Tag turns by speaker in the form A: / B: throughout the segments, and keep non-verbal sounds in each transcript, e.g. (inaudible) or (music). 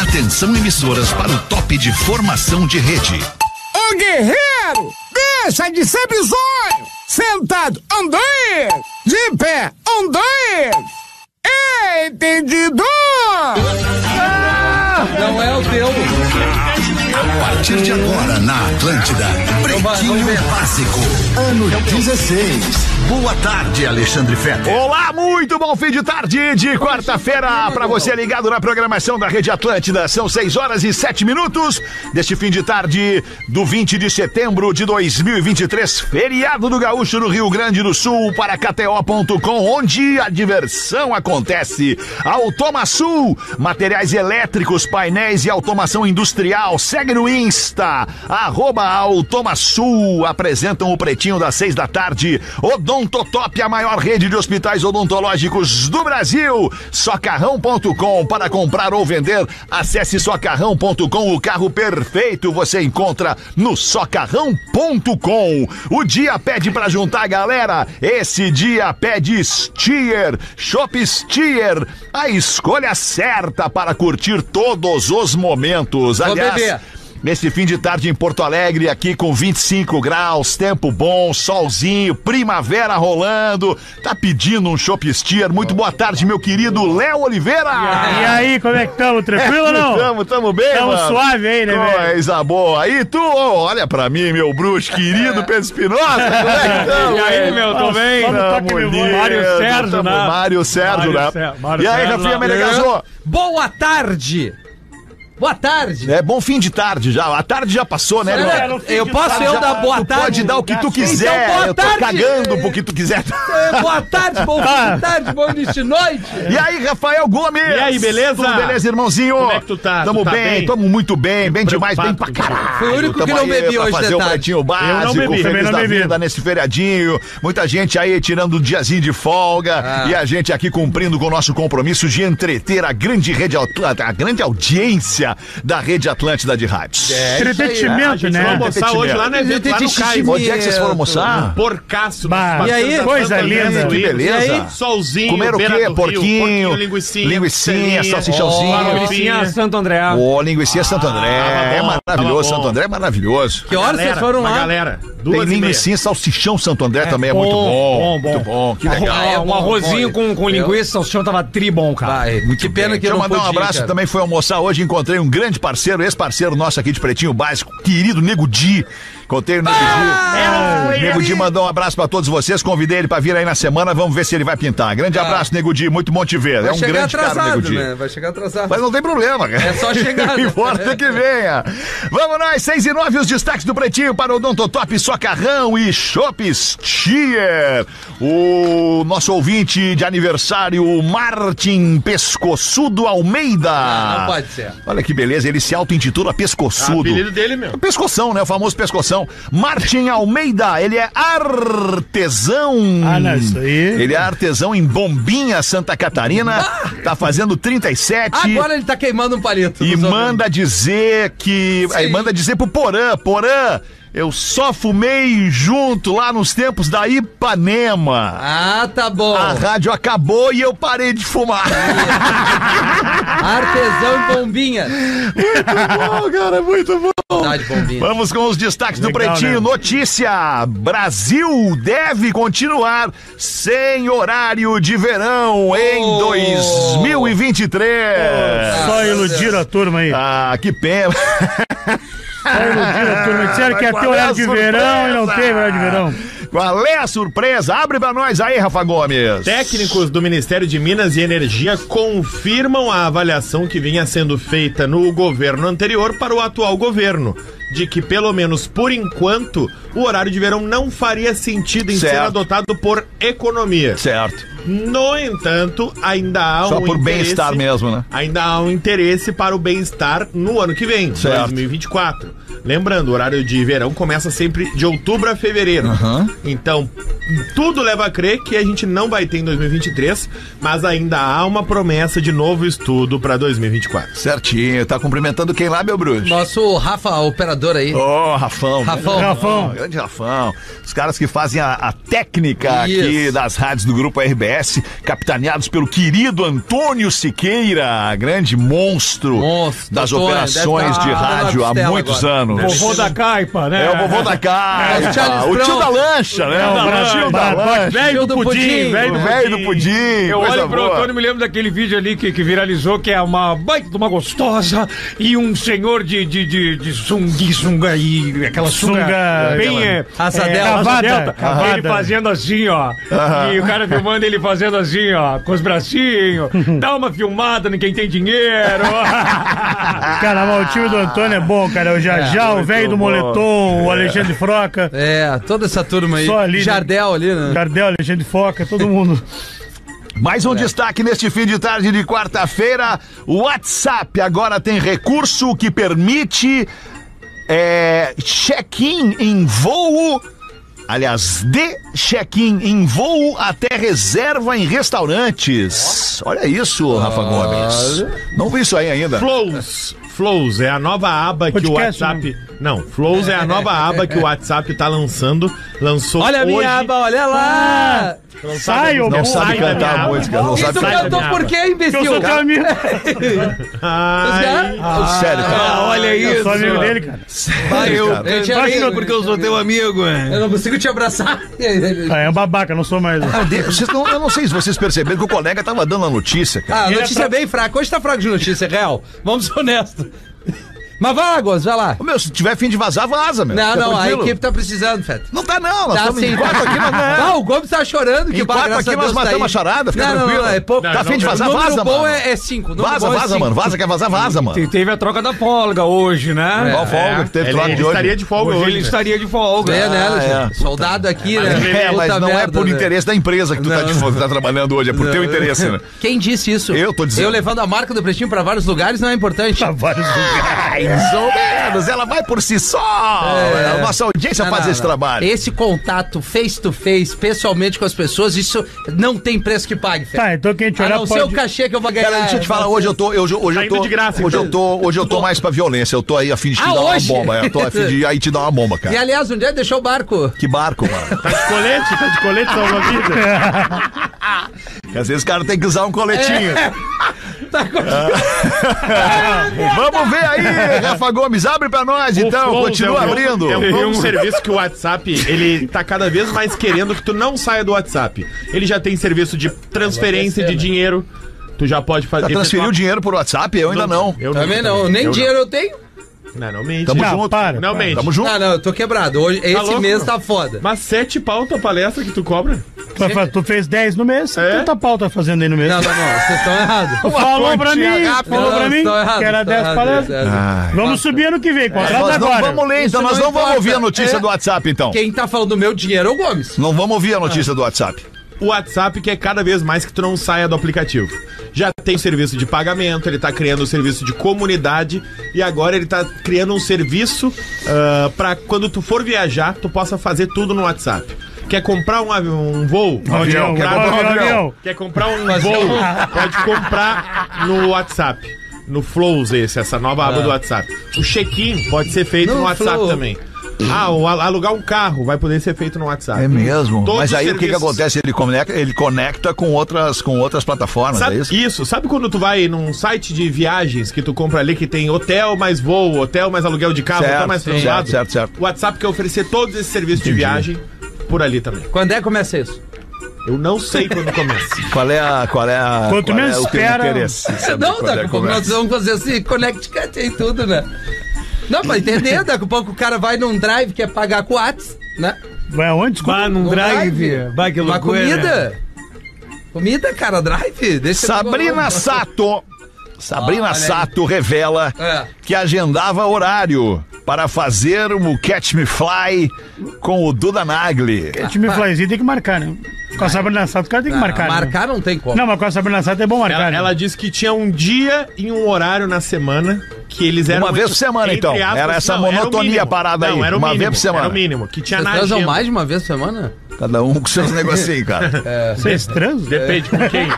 A: Atenção emissoras para o top de formação de rede.
B: Ô guerreiro, deixa de ser bizonho. Sentado, andei. De pé, andei. Entendido.
C: Não é o teu.
A: A partir de agora na Atlântida, Pretinho Básico, ano 16. Boa tarde, Alexandre Fetter.
D: Olá, muito bom fim de tarde de quarta-feira para você ligado na programação da Rede Atlântida. São 6 horas e 7 minutos deste fim de tarde do 20 de setembro de 2023, feriado do Gaúcho no Rio Grande do Sul para KTO.com, onde a diversão acontece. Automaçul, materiais elétricos, painéis e automação industrial. Segue no Insta, arroba Automaçul, apresentam o Pretinho das 6 da tarde. Odontotop, a maior rede de hospitais odontológicos do Brasil. Socarrão.com para comprar ou vender. Acesse socarrão.com, o carro perfeito você encontra no socarrão.com. O dia pede para juntar a galera. Esse dia pede Stier, Shop Stier, a escolha certa para curtir todos os momentos. Aliás,
C: beber.
D: Neste fim de tarde em Porto Alegre, aqui com 25 graus, tempo bom, solzinho, primavera rolando. Tá pedindo um chopp steer. Muito boa tarde, meu querido Léo Oliveira.
E: E aí, como é que estamos? Tranquilo ou não?
D: Tamo, tamo bem,
E: Tamo
D: mano. é
E: suave aí, né, velho?
D: Coisa boa. E tu, ô, olha pra mim, meu bruxo
E: É.
D: querido Pedro Espinosa. Como
E: (laughs)
D: é que tamo,
F: E aí,
D: velho?
F: meu, tô
E: Nossa,
F: bem?
E: vamos toque
D: Tamo
E: meu
D: lindo,
F: Mário Sérgio,
D: tamo-
F: né?
D: Mário Sérgio,
F: Mário
D: né?
F: Sérgio, Mário
D: E aí,
F: Sérgio,
D: Rafinha
F: né?
D: Menegazo?
C: Boa tarde. Boa tarde.
D: É bom fim de tarde já. A tarde já passou, né,
C: Era-
D: Léo?
E: no fim
C: eu
E: de
C: posso
E: tarde,
C: eu
E: já
C: dar boa
D: Tu
C: tarde?
D: pode dar o que tu
E: Então,
D: quiser.
C: tá boa
D: Eu tô
C: tarde.
D: cagando Ah. pro que tu quiser.
C: É, boa tarde, bom fim de tarde, bom início de noite.
D: E aí, Rafael Gomes? E
F: aí, beleza?
D: Tudo beleza, irmãozinho?
F: Como é que tu tá?
D: Tamo
F: Tu tá
D: bem,
F: bem?
D: tamo muito bem, bem demais, bem pra
F: preocupado
D: caralho.
C: Foi o único que
D: Tamo
C: não
D: aí
C: bebi
D: pra
C: hoje de
D: fazer o
C: tarde.
D: pretinho básico,
F: Eu não bebi,
D: feliz
E: também não
D: da
E: bebi.
D: vida nesse feriadinho. Muita gente aí tirando um diazinho de folga
C: Ah.
D: e a gente aqui cumprindo com o nosso compromisso de entreter a grande rede Atlântida, a grande audiência da rede Atlântida de rádios.
C: É.
F: A
E: Entretenimento,
F: gente
D: É
F: vai
E: né?
F: almoçar hoje lá, né? Lá no Caio.
D: Onde é que vocês foram almoçar?
F: Porcaço.
E: Bah,
F: nos
C: e aí?
F: passeios da
E: Coisa
F: Santa
E: linda.
F: Ana,
E: Que
F: Suíça.
D: beleza.
F: E aí? Solzinho,
D: Comer o
F: beira
D: quê?
F: do rio,
D: Porquinho,
F: linguicinha,
D: linguicinha,
F: costelinha,
D: salsichãozinho.
F: farofinha.
C: Santo André.
D: Ô, linguiça Santo André.
F: tava
D: é
F: Ah, tá bom,
D: maravilhoso,
F: tava bom.
D: Santo André é maravilhoso.
C: Que horas vocês
F: Galera,
C: foram
F: uma
C: lá?
F: galera.
D: Tem
F: Duas e meia.
D: linguiça, salsichão Santo André também é
F: bom,
D: muito bom.
F: bom, bom.
D: Muito bom, que legal.
C: Ah, é
G: um
C: bom,
G: arrozinho
C: bom,
G: com, com
C: eu-
G: linguiça, o chão tava tribom, cara.
C: Vai, que pena que
D: Deixa
C: eu
D: eu
C: não
D: mandar
C: podia,
D: um abraço
C: cara.
D: também, foi almoçar hoje, encontrei um grande parceiro, ex-parceiro nosso aqui de Pretinho Básico, querido Nego Di. Encontrei o Nego Di.
C: Ah,
D: O Nego Di mandou um abraço pra todos vocês, convidei ele pra vir aí na semana, vamos ver se ele vai pintar. Grande abraço, Nego Di, muito bom te ver.
C: Ah. Vai
D: é um
C: chegar
D: grande cara, Nego
C: atrasado,
D: Di.
C: né? Vai chegar atrasado.
D: Mas não tem problema, cara.
C: É só
D: (laughs)
C: chegar, né?
D: Importa que venha. Vamos nós, seis e nove os destaques do Pretinho para o Donto Top, Socarrão e Chopp Stier. O nosso ouvinte de aniversário, o Martin Pescoçudo Almeida.
C: Ah, não pode ser.
D: Olha que beleza, ele se auto-intitula
F: O
D: Pescoçudo.
F: Ah, apelido dele, meu.
D: Pescoção, né? O famoso pescoção. Martin Almeida, ele é artesão.
E: Ah, não, isso aí.
D: Ele é artesão em Bombinha, Santa Catarina. Tá fazendo 37.
C: Agora ele tá queimando um palito.
D: Ah. E
C: nos ouvindo.
D: manda dizer que. Aí
C: Sim.
D: manda dizer pro Porã, Porã, eu só fumei junto lá nos tempos da Ipanema.
C: Ah, tá bom.
D: A rádio acabou e eu parei de fumar.
C: Artesão e bombinha.
D: bom, cara, muito bom.
C: Tá de bombinha.
D: Vamos com os destaques do
E: Legal,
D: Pretinho.
E: né?
D: Notícia: Brasil deve continuar sem horário de verão em
C: Oh.
D: 2023.
E: Só iludiram a turma aí.
D: Ah, que pena.
E: Só
D: Ah,
E: iludiram a turma. Disseram que ia ter é horário de verão e não teve horário de verão.
D: é Qual é a surpresa? Abre pra nós aí, Rafa Gomes.
F: Técnicos do Ministério de Minas e Energia confirmam a avaliação que vinha sendo feita no governo anterior para o atual governo, de que, pelo menos por enquanto, o horário de verão não faria sentido em ser
D: Certo.
F: adotado por economia.
D: Certo.
F: No entanto, ainda há
D: Só
F: um
D: por
F: interesse-
D: bem-estar mesmo, né?
F: Ainda há um interesse para o bem-estar no ano que vem,
D: Certo.
F: 2024. Lembrando, o horário de verão começa sempre de outubro a fevereiro. Então, tudo leva a crer que a gente não vai ter em 2023, mas ainda há uma promessa de novo estudo para 2024.
D: Certinho. Tá cumprimentando quem lá, meu bruxo?
C: Nosso Rafa, operador aí.
D: Ô, Rafão.
C: Rafão.
E: Rafão.
D: Grande Rafão. Os caras que fazem a, a técnica aqui
C: Isso.
D: das rádios do Grupo RBS, capitaneados pelo querido Antônio Siqueira, grande monstro,
C: Monstro,
D: das
C: Antônio, deve
D: operações
C: tá
D: de
C: lá na
D: rádio há
C: costela
D: muitos
C: agora.
D: anos.
E: Vovô da caipa, né?
D: É o vovô da
C: É, o
D: casa,
C: Charles
D: o tio
C: Bronson.
D: da lancha, né?
E: É, o
D: O tio da
E: Brasil.
D: lancha,
E: Velho do pudim, velho
D: o
E: do
D: velho do pudim,
H: Eu
D: coisa
H: olho pro
D: boa.
H: Antônio e me lembro daquele vídeo ali que, que viralizou, que é uma baita de uma gostosa e um senhor de, de, de, de sunga, sunga e aquela sunga,
E: Sunga,
H: bem é,
C: Raça
H: é,
C: delta.
H: raça delta.
E: Cavada.
H: Ele fazendo assim, ó. E o cara filmando ele fazendo assim, ó, com
D: (laughs)
H: os bracinhos. Dá uma filmada em quem
C: (laughs)
H: tem dinheiro.
E: Cara, mas o time do Antônio é bom, cara. O Jajá, o velho do moletom,
D: É.
E: o Alexandre Froca,
C: É, toda essa turma aí.
E: Só ali, né?
C: Jardel ali,
E: o
C: né?
E: Gardel, Alexandre Foca, todo mundo.
D: Mais um destaque neste fim de tarde de quarta-feira. O WhatsApp agora tem recurso que permite é, check-in em voo. Aliás, de check-in em voo até reserva em restaurantes. Olha isso, Rafa Gomes. Não vi isso aí ainda.
F: Flows. Flows é a nova aba que o
E: Podcast,
F: WhatsApp.
C: né?
F: Não, Flows é a nova aba que o WhatsApp tá lançando. Lançou
C: Olha a
F: hoje.
C: minha aba, olha lá!
E: Sai, ô
D: Não sabe
E: sai da minha
D: cantar a
E: água.
D: música, não
C: Isso
D: sabe
F: sai da
D: cantar.
C: cantou
F: minha
C: por quê,
E: Eu
C: imbecil?
E: sou teu
C: cara?
E: amigo.
F: Ai,
D: Sério, cara.
H: Olha
E: Eu
H: isso.
E: sou amigo dele, cara.
C: Vai, Ah, eu,
D: cara.
C: eu, te
E: Vai,
C: amei,
E: meu-
C: porque
H: eu sou teu amigo, é.
C: eu não consigo te abraçar.
E: Ah, é um babaca, não sou mais.
D: Ah, de- vocês não- eu não sei se vocês perceberam que o colega tava dando a notícia, cara.
C: Ah, a
E: Ele é
C: notícia é,
E: fra-
C: bem fraca. Hoje tá fraco de notícia, é real. Vamos ser honestos. Mas vai, Agos, vai lá.
D: Ô, Meu, se tiver fim de vazar, vaza, meu.
C: Não,
D: Fica
C: não, a
D: Tá tranquilo.
C: equipe tá precisando, Feta.
D: Não tá não, nós
C: Tá
D: estamos
C: sim.
D: em quatro aqui, mas não é.
C: Não, o Gomes tá chorando. Que
D: Em
C: bah,
D: quatro
C: graças
D: aqui
C: a
D: nós
C: Deus tá
D: matamos
C: aí.
D: a charada, fica
C: não, não,
D: tranquilo.
C: Não, não, é pouco.
D: Tá
C: Não,
D: afim de
C: não,
D: vazar?
C: o número
D: Vaza,
C: bom
D: mano.
C: é, é cinco. o número
D: Vaza,
C: bom é
D: vaza,
C: cinco.
D: mano. Vaza, quer vazar, vaza, mano.
H: Te- Teve a troca da folga hoje, né?
D: Qual folga que teve
F: É. ele,
D: troca
F: ele
D: de hoje?
F: estaria de folga
H: Hoje
F: hoje.
H: ele
F: né?
H: estaria de folga.
C: É, né,
D: Ah,
C: Alexandre? Soldado aqui, né?
D: É, mas
C: Puta
D: não é
C: merda,
D: por
C: né?
D: interesse da empresa que tu tá,
C: Não.
D: de folga, tá trabalhando hoje, é por teu interesse,
F: (laughs)
D: né?
C: Quem disse isso?
D: Eu tô dizendo.
C: Eu levando a marca do Pretinho pra vários lugares não é importante.
E: Tá vários lugares.
F: É
D: Mais ou menos, ela vai por si só.
C: É.
D: A nossa audiência
C: Não,
D: faz
C: não,
D: esse
C: não.
D: trabalho.
C: Esse contato face to face, pessoalmente com as pessoas, isso não tem preço que pague, Feta.
E: Tá, então quem te
C: A
E: olhar
C: não ser o
E: pode.
C: cachê que eu vou ganhar.
D: Cara, deixa eu te falar, hoje eu tô. Hoje, hoje eu
F: Saindo
D: tô.
F: de graça,
D: hoje
F: então.
D: eu tô, hoje eu tô mais pra violência. Eu tô aí a fim de te
C: Ah,
D: dar
C: hoje?
D: uma bomba. é, Eu tô a fim de aí te dar uma bomba,
C: E (laughs)
D: cara.
C: aliás, onde é que deixou o barco?
D: Que barco, mano.
F: Tá de (laughs) colete, tá de colete salva vida.
D: Porque às vezes o cara tem que usar um coletinho. (laughs) Ah.
C: Tá com- É
D: Vamos ver aí, Rafa Gomes, abre pra nós então,
F: Flows
D: continua
F: é um-
D: abrindo. Tá
F: É um novo serviço que o WhatsApp, ele tá cada vez mais querendo que tu não saia do WhatsApp. Ele já tem serviço de transferência de dinheiro. Tu já pode fazer.
D: Já transferiu
F: efetuar-
D: Tá dinheiro por WhatsApp? Eu ainda não.
F: Eu
C: Também Tá não, nem
F: eu
C: dinheiro eu tenho.
F: Não, não mente.
D: Tamo
E: Não,
D: junto.
E: para.
F: Não mente.
D: Tamo junto.
C: Ah, não, eu tô quebrado. Hoje, esse
F: louco,
C: mês
F: não?
C: tá foda.
F: Mas sete pau tua palestra que tu cobra?
E: Tu fa- Tu fez 10 no mês,
F: É?
E: tanta pau tá fazendo aí no mês.
C: Não, não, não, vocês estão errados.
E: Falou pra mim, falou
C: Não,
E: pra mim,
C: vocês tão é, errados,
E: que era
C: vocês tão
E: 10
C: errados,
E: palestras.
C: vocês tão errados.
D: Ai.
E: Vamos subir ano que vem, contrata
D: Ah. Nós não
E: agora.
D: vamos ler, então
C: Isso
D: nós
C: não
D: não vamos
C: importa.
D: ouvir a notícia
C: É.
D: do WhatsApp, então.
C: Quem tá falando do meu dinheiro é o Gomes.
D: Não vamos ouvir a notícia do WhatsApp.
F: o WhatsApp quer cada vez mais que tu não saia do aplicativo. Já tem o serviço de pagamento, ele tá criando o serviço de comunidade e agora ele tá criando um serviço ah, pra quando tu for viajar, tu possa fazer tudo no WhatsApp. Quer comprar um, avi- um voo?
E: Um avião,
F: Quer
E: um
F: comprar um
E: avião,
F: avião?
E: avião.
F: Quer comprar um voo? Pode comprar no WhatsApp. No Flows esse, essa nova aba do WhatsApp. O check-in pode ser feito Ah. no,
C: No
F: WhatsApp
C: Flow.
F: também. Ah, o al- alugar um carro vai poder ser feito no WhatsApp.
D: É mesmo.
F: Todos
D: Mas
F: os
D: aí o que, que
F: serviços.
D: acontece? Ele conecta, ele conecta com, outras, com outras plataformas,
F: Sabe,
D: é
F: isso?
D: isso?
F: sabe quando tu vai num site de viagens que tu compra ali que tem hotel mais voo, hotel mais aluguel de carro,
D: Certo,
F: hotel mais
D: sim.
F: translado?
D: Certo, certo, certo.
F: O WhatsApp quer oferecer todos esses serviços de
D: Entendi.
F: viagem por ali também.
C: Quando é que começa isso?
F: Eu não sei quando
D: (laughs)
F: começa.
D: Qual é a. Qual é a
E: Quanto
D: qual
E: menos
D: é o teu
E: espera-
D: interesse em saber
C: não,
D: quando
C: daqui
D: é
C: a
D: que
C: pouco nós
D: começa?
C: vamos fazer assim, connect cut em tudo, né? Não, pra entender, daqui a pouco o cara vai num drive que é pagar com Whats, né?
E: Vai aonde? Desculpa.
F: Um
H: Bah, num
C: Num
H: drive. Bah, que
C: Uma
H: loucura.
C: comida. Comida, cara, drive. Deixa eu-
D: Sabrina Sato. Sabrina
C: Olha aí.
D: Sato revela
C: É.
D: que agendava horário para fazer o Catch Me Fly com o Duda Nagli.
E: O time Flyzinho tem que marcar, né? Com a Sabrina Sato, o cara tem que marcar. né?
C: Ah, Marcar não tem como.
E: Não, mas com a Sabrina Sato é bom marcar.
F: Ela,
E: né?
F: ela disse que tinha um dia e um horário na semana que que eles eram.
D: Uma vez por semana,
F: entre
D: então. Era essa
F: o
D: monotonia
F: mínimo.
D: parada
F: Não,
D: aí.
F: era o
D: Uma vez
F: mínimo.
D: por semana.
F: Era o mínimo. Que tinha
C: Vocês
F: é na
C: transam
F: agenda.
C: mais de uma vez por semana?
D: Cada um com seus negocinhos, cara.
E: Vocês transam?
F: Depende com
C: (laughs)
F: quem.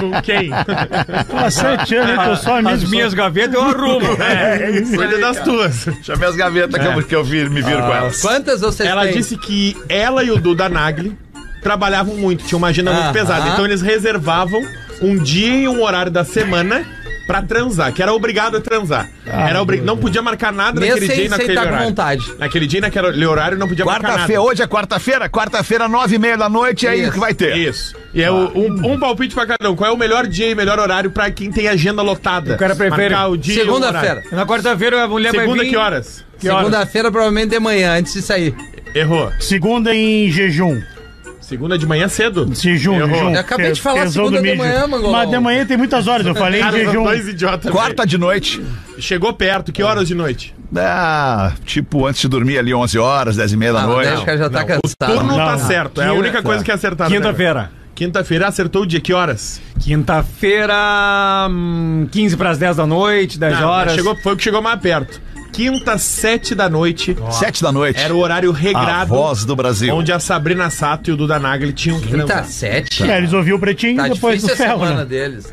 F: com quem?
E: Há sete anos eu tô só
H: As
E: nisso.
H: minhas gavetas eu arrumo.
D: (laughs) É.
F: Cuida das tuas.
D: Chamei as gavetas que eu- que eu vi- me viro com elas.
C: Quantas vocês
F: Ela
C: têm?
F: disse que ela e o Duda Nagli trabalhavam muito, tinha uma agenda
C: Aham.
F: muito pesada. Então eles reservavam um dia e um horário da semana pra transar, que era obrigado a transar. era obri... Não podia marcar nada
C: Mesmo
F: naquele dia
C: sem, sem
F: e naquele
C: estar com
F: horário.
C: vontade.
F: Naquele dia e naquele horário não podia marcar nada.
D: Quarta-feira, hoje é quarta-feira? Quarta-feira, nove e meia da noite, é aí que vai ter.
F: Isso. E é o- um, um palpite pra cada um. Qual é o melhor dia e melhor horário pra quem tem agenda lotada? O
H: cara prefere
F: o dia e o
C: Segunda-feira.
F: horário.
H: Na quarta-feira a mulher vai
F: Segunda
H: vir...
F: que horas?
C: Segunda-feira, provavelmente de manhã, antes de sair.
F: Errou.
E: Segunda em jejum.
F: Segunda de manhã cedo?
E: Jejum,
F: Errou.
E: jejum.
C: Eu acabei de falar
E: Tesão
C: segunda
E: do
C: de
E: mídia.
C: manhã, Mangolão.
E: Mas de manhã tem muitas horas, eu falei
C: (laughs)
E: em
F: Cara,
E: jejum.
F: dois idiotas. velho.
D: Quarta de noite.
F: Chegou perto, que horas de noite?
D: Ah, tipo, antes de dormir ali, 11 horas, 10 e meia da
C: Ah,
D: noite.
C: daí o cara já tá cansado.
F: Turno
E: Não,
F: tá
E: não.
F: certo, é a
H: Quinta-
F: única coisa que é acertada. né,
H: Quinta-feira.
F: velho? Quinta-feira acertou o dia, que horas?
H: Quinta-feira, hum, 15 pras 10 da noite, 10
F: Não,
H: horas.
F: Chegou, foi o que chegou mais perto. Quinta, sete da noite,
D: Sete da noite.
F: era o horário
D: a
F: regrado,
D: voz do Brasil.
F: onde a Sabrina Sato e o Duda Nagli tinham que
C: Quinta,
F: transar.
C: sete?
E: É, eles ouviam o pretinho
C: Tá
E: e depois
C: difícil
E: do
C: a
E: ferro,
C: semana
E: né?
C: deles.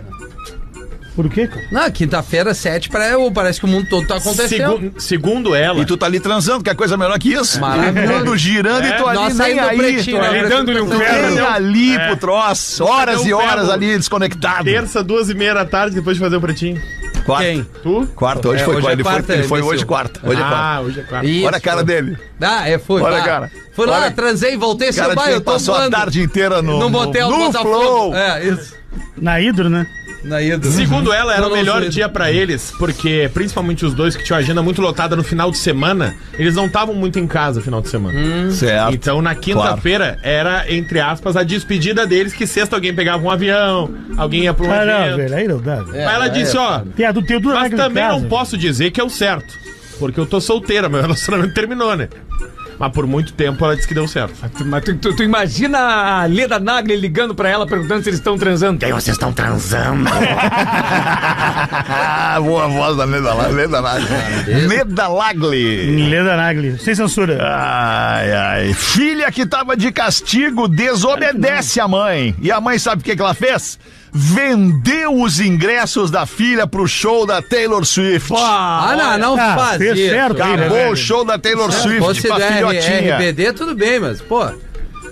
E: Por quê, cara?
C: Não, quinta-feira, sete, pra- eu- parece que o mundo todo tá acontecendo.
F: Segu- segundo ela,
D: E tu tá ali transando, que é coisa melhor que isso.
C: Maravilhoso. É.
D: Mundo girando e tu ali
C: Nós
D: nem
C: saindo do
D: aí.
C: pretinho,
D: tu
C: né?
H: ali dando-lhe um
D: nem
H: ferro.
F: Perdeu.
D: ali pro troço. Horas
F: Perdeu
D: e
F: É. o
D: horas
F: ferro.
D: ali desconectado.
F: terça, duas e meia da tarde, depois de fazer o pretinho.
D: Quarta.
C: Quem?
F: Tu?
D: Quarta, hoje
C: É,
D: foi
C: hoje
D: quarta.
C: é
D: Ele foi-
C: quarta,
D: Ele foi
C: imbecil.
D: hoje quarta. Hoje é quarta.
F: ah, hoje é quarta.
C: Isso.
D: Olha a cara dele.
C: Ah, é, foi.
D: Olha,
C: lá.
D: cara.
C: Fui lá,
D: Olha-
C: transei, voltei, seu
D: Cara,
C: pai, eu
D: eu
C: tô
D: passou a
C: voando.
D: tarde inteira no,
C: Num motel
D: no, no
C: Botafogo.
D: flow.
C: É, isso.
E: Na Hidro, né?
C: Na ida.
F: Segundo ela, era
C: Não,
F: o
C: não,
F: melhor
C: Zuleiro.
F: dia pra eles, porque principalmente os dois que tinham agenda muito lotada no final de semana, eles não estavam muito em casa no final de semana.
D: Certo.
F: Então na quinta-feira era, entre aspas, a despedida deles, que sexta alguém pegava um avião, alguém ia pra um
E: Ah, não,
F: evento.
E: velho, aí não dá.
C: É.
E: velho.
F: Mas
D: É,
F: ela disse, ó,
E: Tem a do teu duro
F: mas
E: naquele
F: também
E: caso,
F: não posso dizer que é o certo. Porque eu tô solteira, meu (laughs) relacionamento terminou, né? Mas por muito tempo ela disse que deu certo.
H: Tu- Mas tu, tu- tu imagina a Leda Nagli ligando pra ela perguntando se eles estão transando. Quem vocês estão transando?
D: Ah, boa voz da Leda Lagli. Leda Lagli. Leda Lagli.
E: velho. Leda Nagli, sem censura.
C: Ah,
D: Ai, ai. Filha que tava de castigo desobedece a mãe. E a mãe sabe o que, que ela fez? Vendeu os ingressos da filha pro show da Taylor Swift.
C: Ah, não, não
E: Ah,
C: faz
E: fez
C: isso.
E: certo,
C: Ah,
E: hein,
D: Acabou
E: velho?
D: o show da Taylor
C: Se
D: Tá, Swift
C: fosse
D: pra
C: do R-
D: filhotinha.
C: RBD, tudo bem, mas, pô, Ah,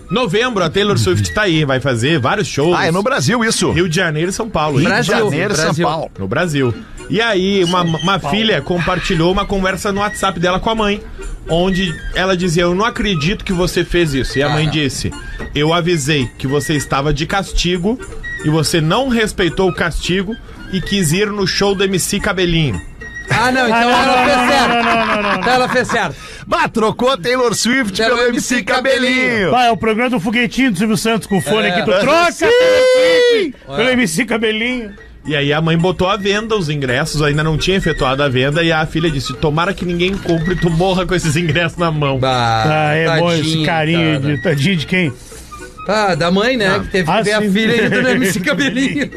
F: Novembro, a Taylor Swift tá aí, vai fazer vários shows.
D: Ah, é no Brasil isso.
F: Rio de Janeiro e São Paulo.
D: Rio de
C: Brasil,
D: Janeiro, São
C: Brasil.
D: Paulo.
F: no Brasil. E aí, uma, uma filha compartilhou uma conversa no WhatsApp dela com a mãe, onde ela dizia: Eu não acredito que você fez isso. E a mãe disse: Eu avisei que você estava de castigo e você não respeitou o castigo e quis ir no show do MC Cabelinho.
C: Ah, não, então
E: não,
C: ela
E: não,
C: fez
E: não,
C: certo.
E: não, não, não, não, não.
C: Então ela fez certo.
D: Bah, trocou a Taylor Swift
C: Era
D: pelo
C: o
D: MC
C: MC
D: Cabelinho.
E: Vai, é o programa do foguetinho do Silvio Santos com o fone
C: É.
E: aqui. Tu
D: Mas
E: troca
D: sim!
E: pelo Swift, pelo MC Cabelinho.
F: E aí a mãe botou à venda os ingressos, ainda não tinha efetuado a venda, e a filha disse: Tomara que ninguém compre e tu morra com esses ingressos na mão.
C: Bah,
E: Ah, é bom esse
C: tadinho,
E: carinho
C: cara.
E: de tadinho de quem?
C: Ah, da mãe, né? Que teve
E: Ah,
C: que ver a
E: sim.
C: filha aí do
D: (laughs)
C: MC Cabelinho.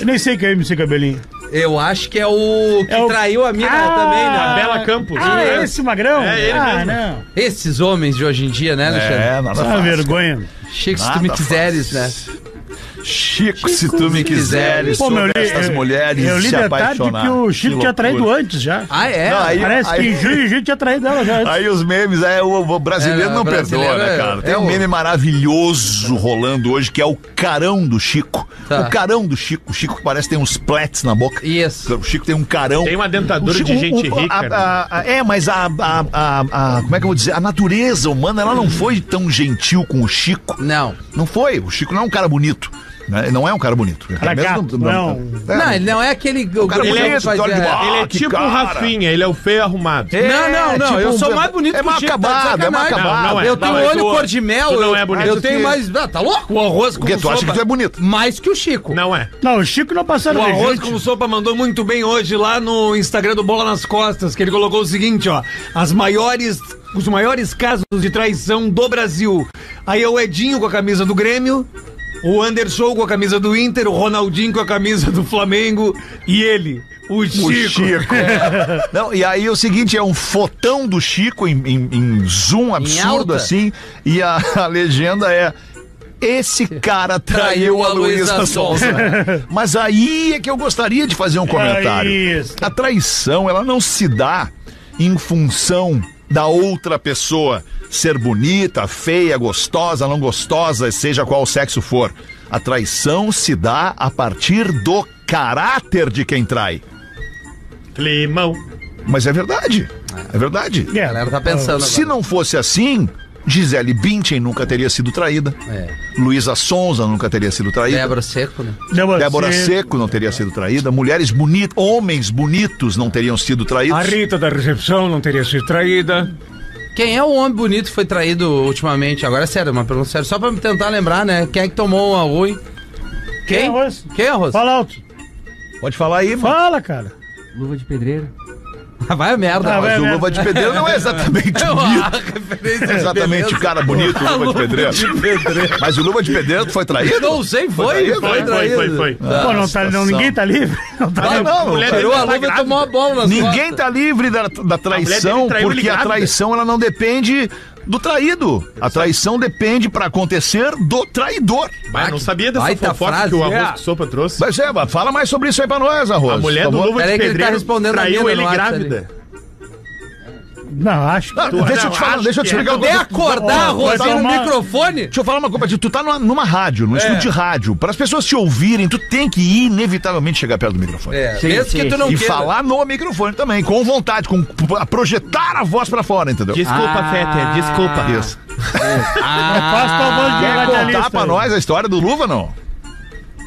E: Eu nem sei quem é MC Cabelinho.
C: Eu acho que é o que
E: É o-
C: traiu a mina
E: Ah!
C: também, né?
F: A Bela Campos.
E: Ah,
F: né?
E: é esse magrão?
F: É ele
E: ah,
F: mesmo.
E: não.
C: Esses homens de hoje em dia, né, Alexandre?
D: É, nada
E: Ah,
D: fácil.
E: vergonha.
C: Chico, se tu
D: Nada
C: me quiseres, né?
D: fácil. Chico, se tu me quiseres,
E: Pô,
D: sobre
E: meu, eu li,
D: estas
E: eu-
D: mulheres
E: eu li
D: se
E: detalhe
D: apaixonar.
E: que o Chico
D: Que
E: tinha traído
D: loucura.
E: antes já.
C: Ah, é?
D: Não, aí-
E: Parece que em junho e julho tinha traído ela já.
D: Aí os memes, é, o, o brasileiro
C: É,
D: não
C: o brasileiro
D: perdoa, né,
C: é-
D: cara? Tem
C: é
D: um
C: o-
D: meme maravilhoso rolando hoje, que é o carão do Chico.
C: Tá.
D: O carão do Chico. O Chico parece que tem uns plets na boca.
C: Isso.
D: O Chico tem um carão.
F: Tem uma dentadura
D: O Chico-
F: de gente
D: o- o-
F: rica, né?
D: a- a- a- é, mas a, a- a- a- Como é que eu vou dizer? A natureza humana, ela não foi tão gentil com o Chico.
C: Não.
D: Não foi. O Chico não é um cara bonito. né? Ele não é um cara bonito. Pelo
E: Cara
D: menos
E: gato, não.
D: é,
C: Não, ele não é aquele. O
D: cara
C: gurião que
D: bonito,
C: fazia-
D: olha de bola.
F: Ele é
D: Ah, que
F: tipo
D: cara.
F: o Rafinha, ele é o feio arrumado.
C: Não, não, não.
D: tipo
C: eu
D: um-
C: sou mais bonito
D: é
C: que o
D: mal
C: Chico, tá de
D: acabado, é mal
C: sacanagem.
D: acabado.
F: Não, não é.
C: Eu tenho
F: mas
C: olho
F: tu-
C: cor de mel.
F: tu não
C: eu-
F: é bonito.
C: Eu
F: Tu
C: tenho
D: que-
C: mais. Ah, tá louco? O arroz com
D: Porque tu acha
C: sopa-
D: que tu é bonito.
C: Mais que o Chico.
F: Não é.
E: Não, o Chico não passaram
H: O
E: de
H: arroz
E: junto.
H: com sopa mandou muito bem hoje lá no Instagram do Bola nas Costas, que ele colocou o seguinte, ó: as maiores, os maiores casos de traição do Brasil. Aí é o Edinho com a camisa do Grêmio, o Anderson com a camisa do Inter, o Ronaldinho com a camisa do Flamengo e ele, o Chico.
D: O Chico. (laughs) Não, e aí o seguinte, é um fotão do Chico em, em- em zoom absurdo,
C: alta.
D: assim, e a, (laughs) a legenda é. Esse cara traiu a Luísa Sonza. (laughs) Mas aí é que eu gostaria de fazer um comentário.
E: isso.
D: A traição, ela não se dá em função da outra pessoa ser bonita, feia, gostosa, não gostosa, seja qual sexo for. A traição se dá a partir do caráter de quem trai.
F: Climão.
D: Mas é verdade. É verdade.
E: É,
C: A galera tá pensando
D: Se
C: agora.
D: não fosse assim, Gisele Bündchen nunca teria sido traída. Luísa Sonza nunca teria sido traída. Débora,
C: É. Débora Seco, né?
E: Débora,
D: Seco.
E: Seco.
D: não teria sido traída. Mulheres bonitas, homens bonitos não teriam sido traídos.
H: A Rita da recepção não teria sido traída.
C: Quem é o homem bonito que foi traído ultimamente? Agora é sério, uma pergunta séria. Só pra me tentar lembrar, né? Quem é que tomou uma ruim?
E: Quem é
C: Quem?
E: Rosa?
C: Quem é, Rosa?
E: Fala alto.
D: Pode falar aí, mano.
E: Fala, cara.
G: Luva de pedreiro.
C: Vai a merda,
E: Ah,
C: Rosa.
E: vai,
D: Mas o
E: né?
D: Luva de Pedreiro não é
C: (laughs)
D: exatamente bonito.
C: A referência
D: É exatamente
C: beleza.
D: o cara bonito, o Luva de Pedreiro. Mas o Luva de Pedreiro foi traído?
C: Não sei, foi.
D: traído?
C: Foi,
F: Foi, foi,
C: traído.
F: foi, foi.
E: Pô, não tá, não, ninguém tá livre. (laughs) Não tá
D: Ah,
E: livre.
D: não,
F: Mulher
D: cara,
C: Tirou a
F: Tá
C: luva e
F: grávida.
C: tomou a bola nas
D: Ninguém
C: costas.
D: tá livre da, da traição,
F: dele traiu
D: porque
F: ele
D: a
F: grávida.
D: traição ela não depende do traído. A traição depende pra acontecer do traidor.
F: Mas não sabia dessa
C: Baita
F: fofoca
C: frase,
F: que o arroz
C: é.
F: que sopa trouxe.
D: Mas é, mas fala mais sobre isso aí pra nós, Arroz.
F: A mulher
D: por
F: do
D: favor.
F: Luva
C: Peraí
F: de
C: que ele tá
F: Pedreiro
C: respondendo a
F: traiu
C: mina
F: ele
C: no WhatsApp ali.
F: grávida.
E: Não, acho que.
D: Ah, deixa eu te
F: Não,
D: falar,
F: acho
D: deixa eu te
F: que é.
D: explicar uma
C: Poder
D: coisa.
C: acordar,
E: Ó, vai
C: Rosa, no
E: tomar-
C: microfone?
D: Deixa eu falar uma coisa pra ti. Tu tá numa, numa rádio,
F: É.
D: num estúdio de rádio. Para as pessoas te ouvirem, tu tem que inevitavelmente chegar perto do microfone.
C: É,
G: Sim,
C: mesmo
G: sim,
C: que tu não
D: E
C: queira.
D: falar no microfone também, com vontade, com a projetar a voz pra fora, entendeu?
F: Desculpa,
G: Ah.
F: Fetter, desculpa.
D: Isso.
E: Faça tua voz de
F: Ah, tá
D: Quer contar
E: radialista.
D: pra nós a história do Luva, não?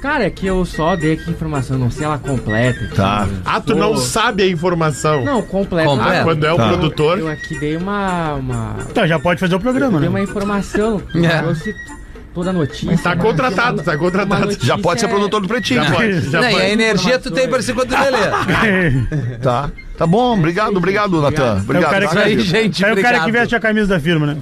G: Cara, é que eu só dei aqui informação, não sei ela completa. aqui.
D: Tá.
G: Eu
F: Ah, tu
G: sou-
F: não sabe a informação.
G: Não, completa.
C: Completa.
F: Ah, quando é o
D: Tá.
F: produtor.
G: Eu aqui dei uma. uma...
E: Então, já pode fazer o programa, né? (laughs)
G: Dei uma informação.
C: (laughs) É.
G: Trouxe toda a notícia. né?
F: Tá
G: mas
F: contratado,
G: uma-
F: tá contratado.
G: uma
D: Já Ah, pode ser
G: notícia
D: produtor do Pretinho.
F: é. Já pode,
C: (laughs)
F: já
C: Não, e
F: pode.
C: a energia tu tem pra ser quanto dele.
D: Tá. Tá bom, obrigado, obrigado, Natan.
E: É o
D: Obrigado.
E: cara
D: tá,
E: que
C: aí,
D: (laughs)
E: veste-
D: querido?
C: gente,
E: é o cara
C: obrigado.
E: que veste a camisa da firma, né?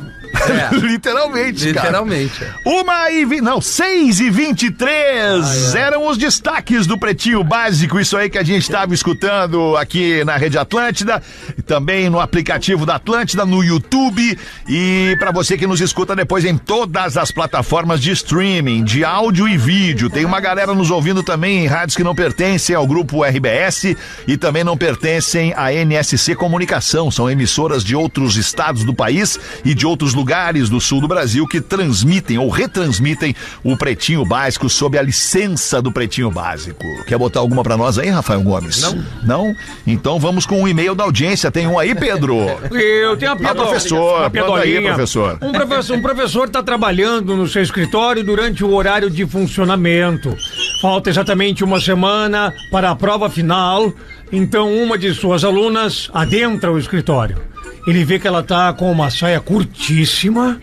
D: Literalmente, cara.
C: Literalmente. é.
D: Uma e vi... Não, seis e vinte e três eram os destaques do Pretinho Básico, isso aí que a gente estava escutando aqui na Rede Atlântida, e também no aplicativo da Atlântida, no YouTube e para você que nos escuta depois em todas as plataformas de streaming, de áudio e vídeo. Tem uma galera nos ouvindo também em rádios que não pertencem ao grupo RBS e também não pertencem à NSC Comunicação, são emissoras de outros estados do país e de outros lugares do sul do Brasil que transmitem ou retransmitem o Pretinho Básico sob a licença do Pretinho Básico. Quer botar alguma pra nós aí, Rafael Gomes? Não. Não? Então vamos com o e-mail da audiência. Tem um aí,
C: (laughs)
D: Pedro?
H: Eu tenho a
D: Ah,
H: piadola.
D: professor, manda aí,
H: Piadolinha.
D: professor.
H: Um professor um professor está trabalhando no seu escritório durante o horário de funcionamento. Falta exatamente uma semana para a prova final, então uma de suas alunas adentra o escritório. Ele vê que ela está com uma saia curtíssima,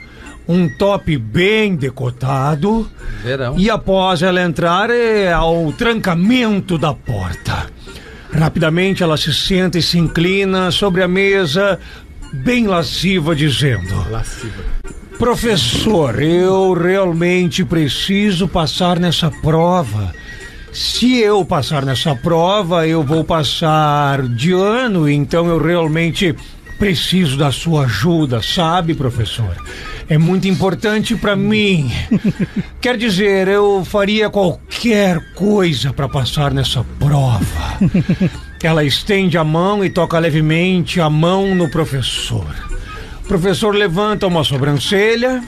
H: um top bem decotado.
C: Verão.
H: E após ela entrar, é ao trancamento da porta. Rapidamente ela se senta e se inclina sobre a mesa, bem lasciva, dizendo: Professor, eu realmente preciso passar nessa prova. Se eu passar nessa prova, eu vou passar de ano, então eu realmente preciso da sua ajuda, sabe, professor? É muito importante pra mim. Quer dizer, eu faria qualquer coisa pra passar nessa prova. Ela estende a mão e toca levemente a mão no professor. O professor levanta uma sobrancelha,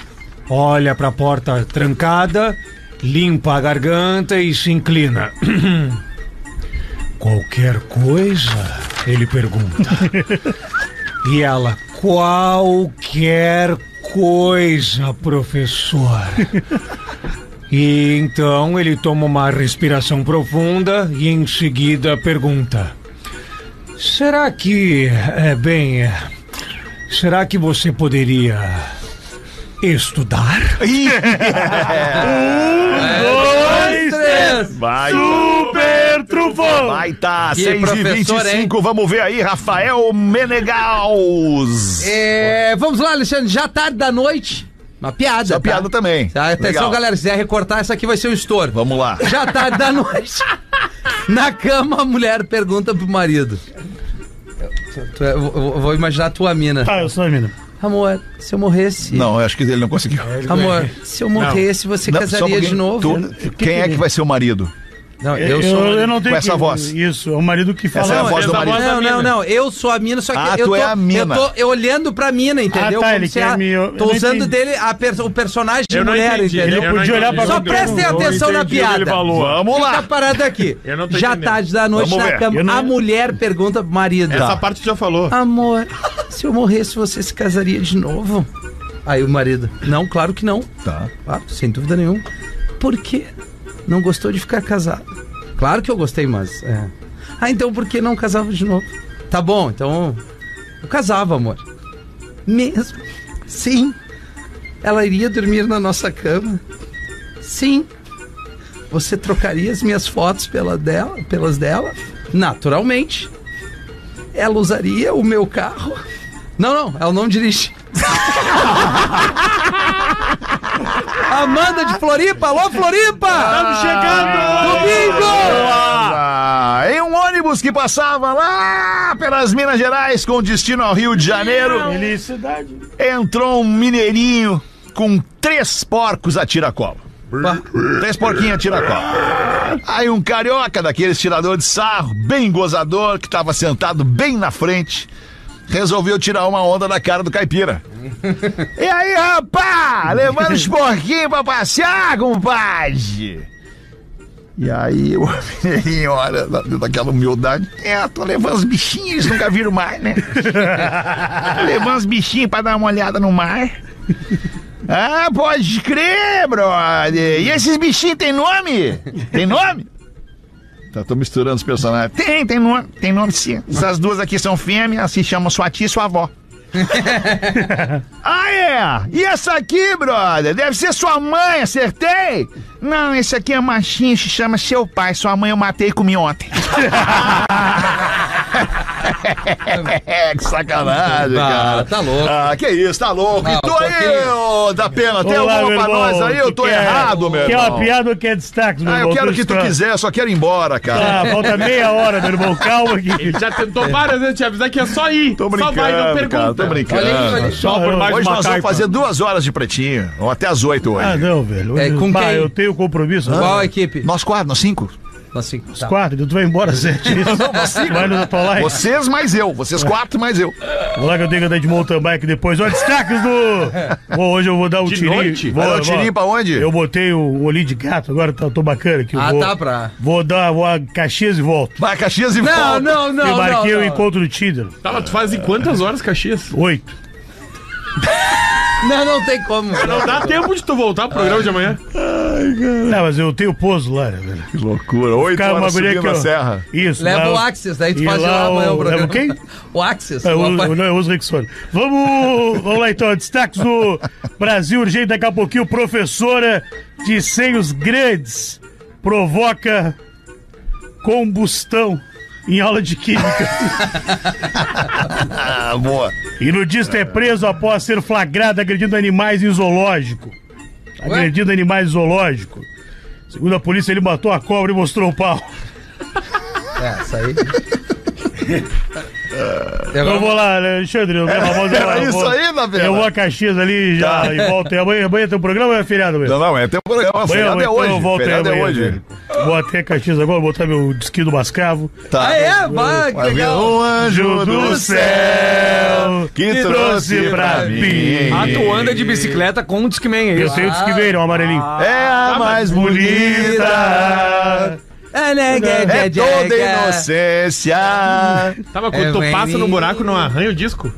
H: olha para a porta trancada, limpa a garganta e se inclina. (clears throat) Qualquer coisa? Ele pergunta. E ela, qualquer coisa, professor. E então ele toma uma respiração profunda e em seguida pergunta: Será que, é, bem, é, será que você poderia estudar?
E: Dois,
C: Três.
D: Vai.
E: super trufão!
D: Vai, tá.
C: Que
D: 6 e
C: professor,
D: 25 vamos ver aí, Rafael Menegaus.
C: É, vamos lá, Alexandre. Já tarde da noite, Uma piada.
D: Só
C: tá?
D: piada também.
C: Tá? Atenção,
D: Legal.
C: galera, se quiser recortar, essa aqui vai ser o estouro.
D: Vamos lá.
C: Já tarde da noite. Na cama, a mulher pergunta pro marido. Tu- tu é- eu- eu vou imaginar a tua mina.
E: Ah, eu sou a mina.
C: Amor, se eu morresse.
D: Não, eu acho que ele não conseguiu.
C: Amor, se eu morresse, você
D: Não, só um
C: É, casaria de
D: pouquinho.
C: novo? né?
D: Tu- quem é que vai ser o marido?
C: Não,
D: É,
E: Eu, eu, não tenho
D: Com essa
E: que-
D: voz.
E: Isso, é o marido que fala.
D: Essa é a
E: Não,
D: voz do
E: essa
D: marido.
E: da
C: Não, não,
E: mina.
C: não. Eu sou a mina, só que
D: Ah,
C: eu,
D: tu
C: tô,
D: é a mina.
C: eu tô eu olhando pra mina, entendeu?
E: Ah, tá,
C: Como
E: ele
C: se
E: quer
C: a-
E: me- eu- eu
C: tô
E: não
C: usando
E: entendi.
C: dele a per- o personagem de
F: Eu não
C: mulher,
F: entendi,
C: entendeu?
D: é
E: Ele
F: Eu não
E: podia olhar pra
F: entendi.
C: Só
E: mim, eu
C: prestem
E: não
C: atenção na
F: entendi o que ele
C: piada.
F: falou.
D: Vamos
C: Fica
D: lá.
C: parado aqui.
F: Eu não tô
C: Já
F: entendendo.
C: tarde da noite
D: Vamos
C: na
D: ver.
C: cama,
E: Eu não-
C: a mulher pergunta pro marido.
F: Essa parte tu já falou.
C: Amor, se eu morresse, você se casaria de novo? Aí o marido, não, claro que não.
D: Tá.
C: Ah, sem dúvida nenhuma. Por quê? Não gostou de ficar casado? Claro que eu gostei, mas. é. Ah, então por que não casava de novo? Tá bom, então. Eu casava, amor. Mesmo? Sim. Ela iria dormir na nossa cama? Sim. Você trocaria as minhas fotos pela dela, pelas dela? Naturalmente. Ela usaria o meu carro? Não, não, ela não dirige. (laughs) Amanda de Floripa, alô Floripa! Estamos chegando! Domingo!
D: Ah, em um ônibus que passava lá pelas Minas Gerais com destino ao Rio de Janeiro,
E: é Felicidade.
D: entrou um mineirinho com três porcos a tiracola. Três porquinhos a tiracola. Aí um carioca daqueles tirador de sarro, bem gozador, que estava sentado bem na frente, resolveu tirar uma onda da cara do caipira. E aí, rapá? Levando os porquinhos pra passear, compadre? E aí o mineirinho olha, da- daquela humildade, é, tô levando os bichinhos, eles nunca viram mais, né? Levando os bichinhos pra dar uma olhada no mar. Ah, pode crer, brother. E esses bichinhos têm nome? Tem nome? Tá, tô misturando os personagens. Tem, tem nome. Tem nome sim. Essas duas aqui são fêmeas, se chamam sua tia e sua (laughs) avó. ah, é? E essa aqui, brother? Deve ser sua mãe, acertei? Não, esse aqui é machinho, se chama seu pai. Sua mãe eu matei e comi (laughs) ontem. que sacanagem,
C: Ah,
D: cara.
C: tá louco.
D: Ah, que isso, tá louco.
C: Ah,
D: e tu
C: um
D: aí,
C: pouquinho.
D: ô, dá pena, tem
E: Olá,
D: alguma
E: meu
D: pra
E: irmão,
D: nós aí? Eu
E: tu
D: tô
E: quer-
D: errado, meu
E: Quer é uma
D: irmão.
E: piada ou quer destaque, meu
D: Ah, eu
E: irmão?
D: quero o que tu
E: está-
D: quiser, eu só quero ir embora, cara.
E: Ah, falta meia hora, meu irmão. Calma aqui.
F: Ele já tentou várias vezes te avisar que é só ir.
D: Tô
F: só vai e não
D: brincando,
F: pergunta.
D: cara, tô brincando.
C: Olha aí, olha aí.
F: Só por mais
D: Hoje
F: uma
D: nós vamos
F: carpa.
D: fazer duas horas de pretinho, ou até às oito hoje.
E: Ah, não, velho. Hoje-
C: É, com
E: Bah,
C: quem?
E: Eu tenho compromisso.
C: Qual é a equipe?
D: Nós quatro, nós cinco?
C: Nós cinco. Tá.
E: Às quatro, então tu vai embora às sete. Vai nos atolar. aí.
D: Vocês mais eu, vocês quatro mais eu.
E: Vou lá que eu tenho que andar de mountain bike depois. Olha,
D: (laughs)
E: destaques do. Bom, hoje eu vou dar um
F: De
E: tirinho.
F: noite?
E: Vou,
D: Vai dar um
E: vou-
D: tirinho pra onde?
E: Eu botei o, o olhinho de gato, agora tá, tô bacana aqui. eu
C: Ah,
E: vou,
C: tá pra.
E: Vou dar, vou a Caxias e volto.
D: Vai, Caxias e
C: Não,
D: volta.
C: não, não. não,
E: Embarquei o
C: não.
E: encontro do Tinder.
F: Tá, mas tu faz em quantas horas, Caxias?
E: Oito.
C: Não, não tem como.
F: Não dá tempo de tu voltar pro programa de amanhã.
E: Não, É, mas eu tenho pouso lá, né, velho?
D: Que loucura, oito
E: Cara, uma
D: horas
E: guria
D: subindo
E: que
D: Então, na
E: eu...
D: serra.
E: Isso.
C: Leva
E: lá-
C: o Axis, daí tu
E: e
C: faz lá
E: lá
C: amanhã o
E: o-
C: programa.
E: leva quem?
C: (laughs) O Axis.
E: É,
C: o
E: eu,
C: apa-
E: eu, não, eu uso Rexona. Vamos, vamos lá então, destaques do Brasil Urgente. Daqui a pouquinho, professora de seios grandes provoca combustão em aula de química.
D: Ah, boa.
E: E nudista é preso após ser flagrado agredindo animais em zoológico. Agredindo animais em zoológico. Segundo a polícia, ele matou a cobra e mostrou o pau.
C: É, isso aí. E
E: Eu
C: agora-
E: vou lá, né, Alexandre. Eu, era
D: era É, isso aí, Davila?
E: Eu vou a Caxias ali já
D: Tá.
E: e volto. E Amanhã, amanhã tem um programa ou é feriado mesmo?
D: Não, não, é até programa,
E: Amanhã,
D: feriado é
E: então eu
D: hoje.
E: volto aí
D: Feriado é
E: amanhã,
D: hoje.
E: velho. Vou até Caxias agora, vou botar meu disquinho do Mascavo.
D: Tá.
C: Ah, é? Vai, que
D: Vai vir
C: legal.
D: um anjo do céu que trouxe pra mim.
E: Ah,
H: tu anda é de bicicleta com o Discman é Ah, aí.
E: Eu tenho o disquiveiro, um amarelinho.
D: É
E: Tá
D: a mais bonita.
C: Ah, né, que-
D: É Hum.
C: que- que-
D: toda
C: que-
D: inocência.
F: Tá, mas
C: É, vai
F: quando tu passa no
C: vir.
F: buraco, não arranha o disco?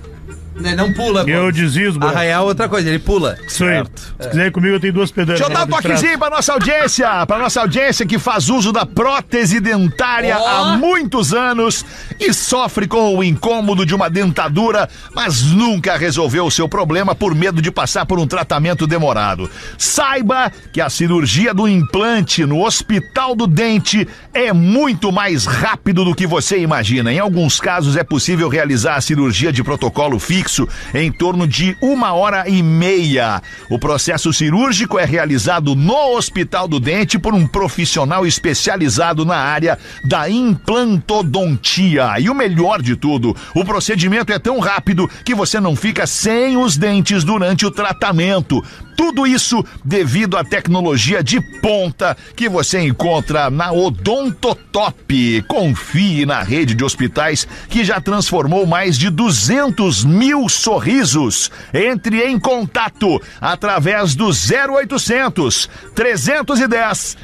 C: Ele Né, não pula. pô.
E: Eu desismo.
C: Arraiar é outra coisa, ele pula.
E: Isso aí. Se quiser ir comigo, eu tenho duas pedanas.
D: Deixa eu dar um toquezinho pra nossa audiência, pra nossa audiência que faz uso da prótese dentária
C: Ó.
D: há muitos anos e sofre com o incômodo de uma dentadura, mas nunca resolveu o seu problema por medo de passar por um tratamento demorado. Saiba que a cirurgia do implante no Hospital do Dente é muito mais rápido do que você imagina. Em alguns casos é possível realizar a cirurgia de protocolo fixo fixo em torno de uma hora e meia. O processo cirúrgico é realizado no Hospital do Dente por um profissional especializado na área da implantodontia. E o melhor de tudo, o procedimento é tão rápido que você não fica sem os dentes durante o tratamento. Tudo isso devido à tecnologia de ponta que você encontra na Odontotop. Confie na rede de hospitais que já transformou mais de 200 mil sorrisos. Entre em contato através do 0800 310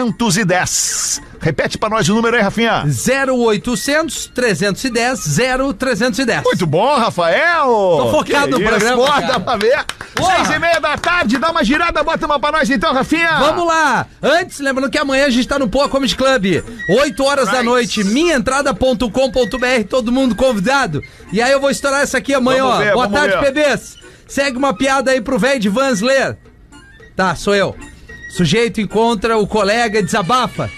D: 0310. Repete para nós o número aí, Rafinha.
C: 0800 310 0310.
D: Muito bom, Rafael! Tô
C: focado no programa,
D: Bota
C: cara.
D: pra ver.
C: Porra.
D: Seis e meia da tarde, dá uma girada, bota uma pra nós então, Rafinha.
C: Vamos lá! Antes, lembrando que amanhã a gente tá no Poa Comedy Club, 8 horas da
D: Right.
C: noite, minhaentrada.com.br, todo mundo convidado. E aí eu vou estourar essa aqui amanhã,
D: Vamos
C: ó.
D: ver,
C: Boa
D: vamos
C: tarde,
D: ver.
C: bebês! Segue uma piada aí pro velho de Vans ler. Tá, sou eu. Sujeito encontra o colega e desabafa.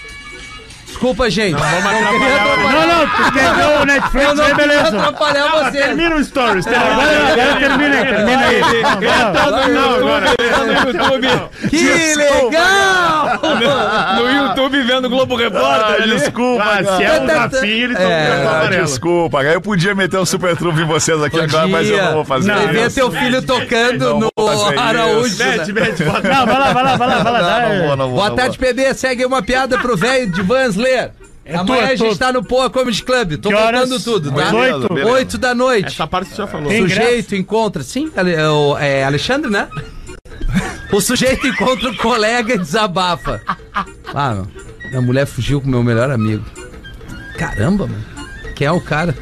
C: Desculpa, gente. Não, vamos
F: atrapalhar
E: Não, não, tu quer ver o Netflix aí, beleza.
C: atrapalhar
F: Calma,
C: vocês.
F: Termina o stories.
E: Agora agora termina aí, termina aí. Não, não.
C: Vai,
F: Não,
C: YouTube.
F: agora.
C: Que legal!
I: No YouTube vendo Globo
F: Ah,
I: Repórter. ali.
F: desculpa, se é um Rafinha, ele tomou
C: É,
F: cartão
D: Ah,
F: amarelo.
D: desculpa, cara, eu podia meter um super trunfo em vocês aqui
C: Podia.
D: agora, mas eu não vou fazer
E: Não,
C: Você
D: isso.
C: vê teu
D: não
C: filho tocando
D: vou fazer
C: no
D: isso.
C: Araújo. né?
F: Mete, mete, bota.
E: Não, vai lá, vai lá, vai lá, vai lá. dá-
D: Não, não vou, não vou,
C: Boa
D: não
C: tarde,
D: vou.
C: PB. Segue uma piada pro velho de Vansler.
E: É
C: Amanhã
E: tua,
C: a gente
E: tua.
C: tá no Poa Comedy Club. Tô
E: Que horas?
C: contando tudo, tá?
E: Às oito?
D: Beleza.
C: 8 da noite.
F: Essa parte você já falou.
E: Tem
C: O
E: ingresso?
C: sujeito encontra. Sim, Ale- é o- é Alexandre, né? (laughs) O sujeito encontra o colega e desabafa. Ah, meu, minha mulher fugiu com meu melhor amigo. Caramba, mano. Quem é o cara?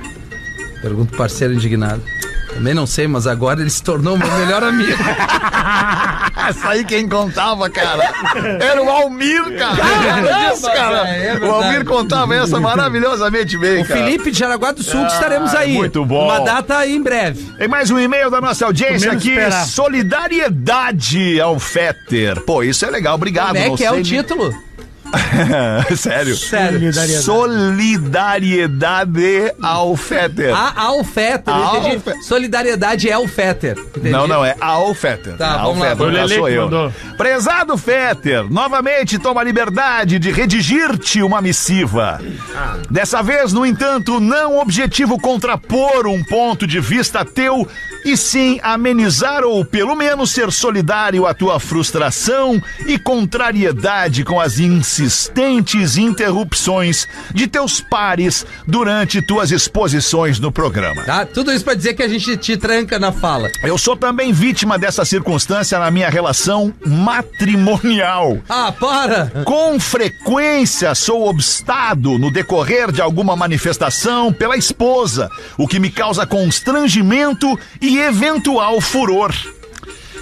C: Pergunta o parceiro indignado. Também não sei, mas agora ele se tornou meu melhor amigo.
D: Essa aí quem contava,
C: (laughs)
D: cara. Era o Almir, cara. Lembra disso, cara?
C: é, é verdade.
D: o Almir contava essa maravilhosamente bem, (laughs)
C: O
D: cara.
C: Felipe de Jaraguá do Sul, que estaremos
D: Ah,
C: aí.
D: muito bom.
C: Uma data aí em breve.
D: Tem mais um e-mail da nossa audiência
E: Menos
D: aqui.
E: esperar.
D: Solidariedade ao Fetter. Pô, isso é legal, obrigado.
C: Como é
D: não
C: que é
D: sei
C: o
D: nem-
C: título?
D: (laughs) Sério.
C: Sério.
E: Solidariedade.
D: Solidariedade ao Fetter.
C: A ao Fetter, eu
D: Ao
C: entendi.
D: Fetter.
C: Solidariedade é o Fetter. entendi.
D: Não, não, é ao Fetter.
C: Tá,
D: ao
C: vamos lá.
F: Foi o
D: não
F: Lele
D: sou
F: que
D: eu.
F: mandou.
D: Prezado Fetter, novamente toma a liberdade de redigir-te uma missiva.
C: Ah.
D: Dessa vez, no entanto, não objetivo contrapor um ponto de vista teu, e sim amenizar ou pelo menos ser solidário à tua frustração e contrariedade com as insistentes interrupções de teus pares durante tuas exposições no programa.
C: Tá? Tudo isso pra dizer que a gente te tranca na fala.
D: Eu sou também vítima dessa circunstância na minha relação matrimonial.
C: Ah, para!
D: Com frequência sou obstado no decorrer de alguma manifestação pela esposa, o que me causa constrangimento e eventual furor.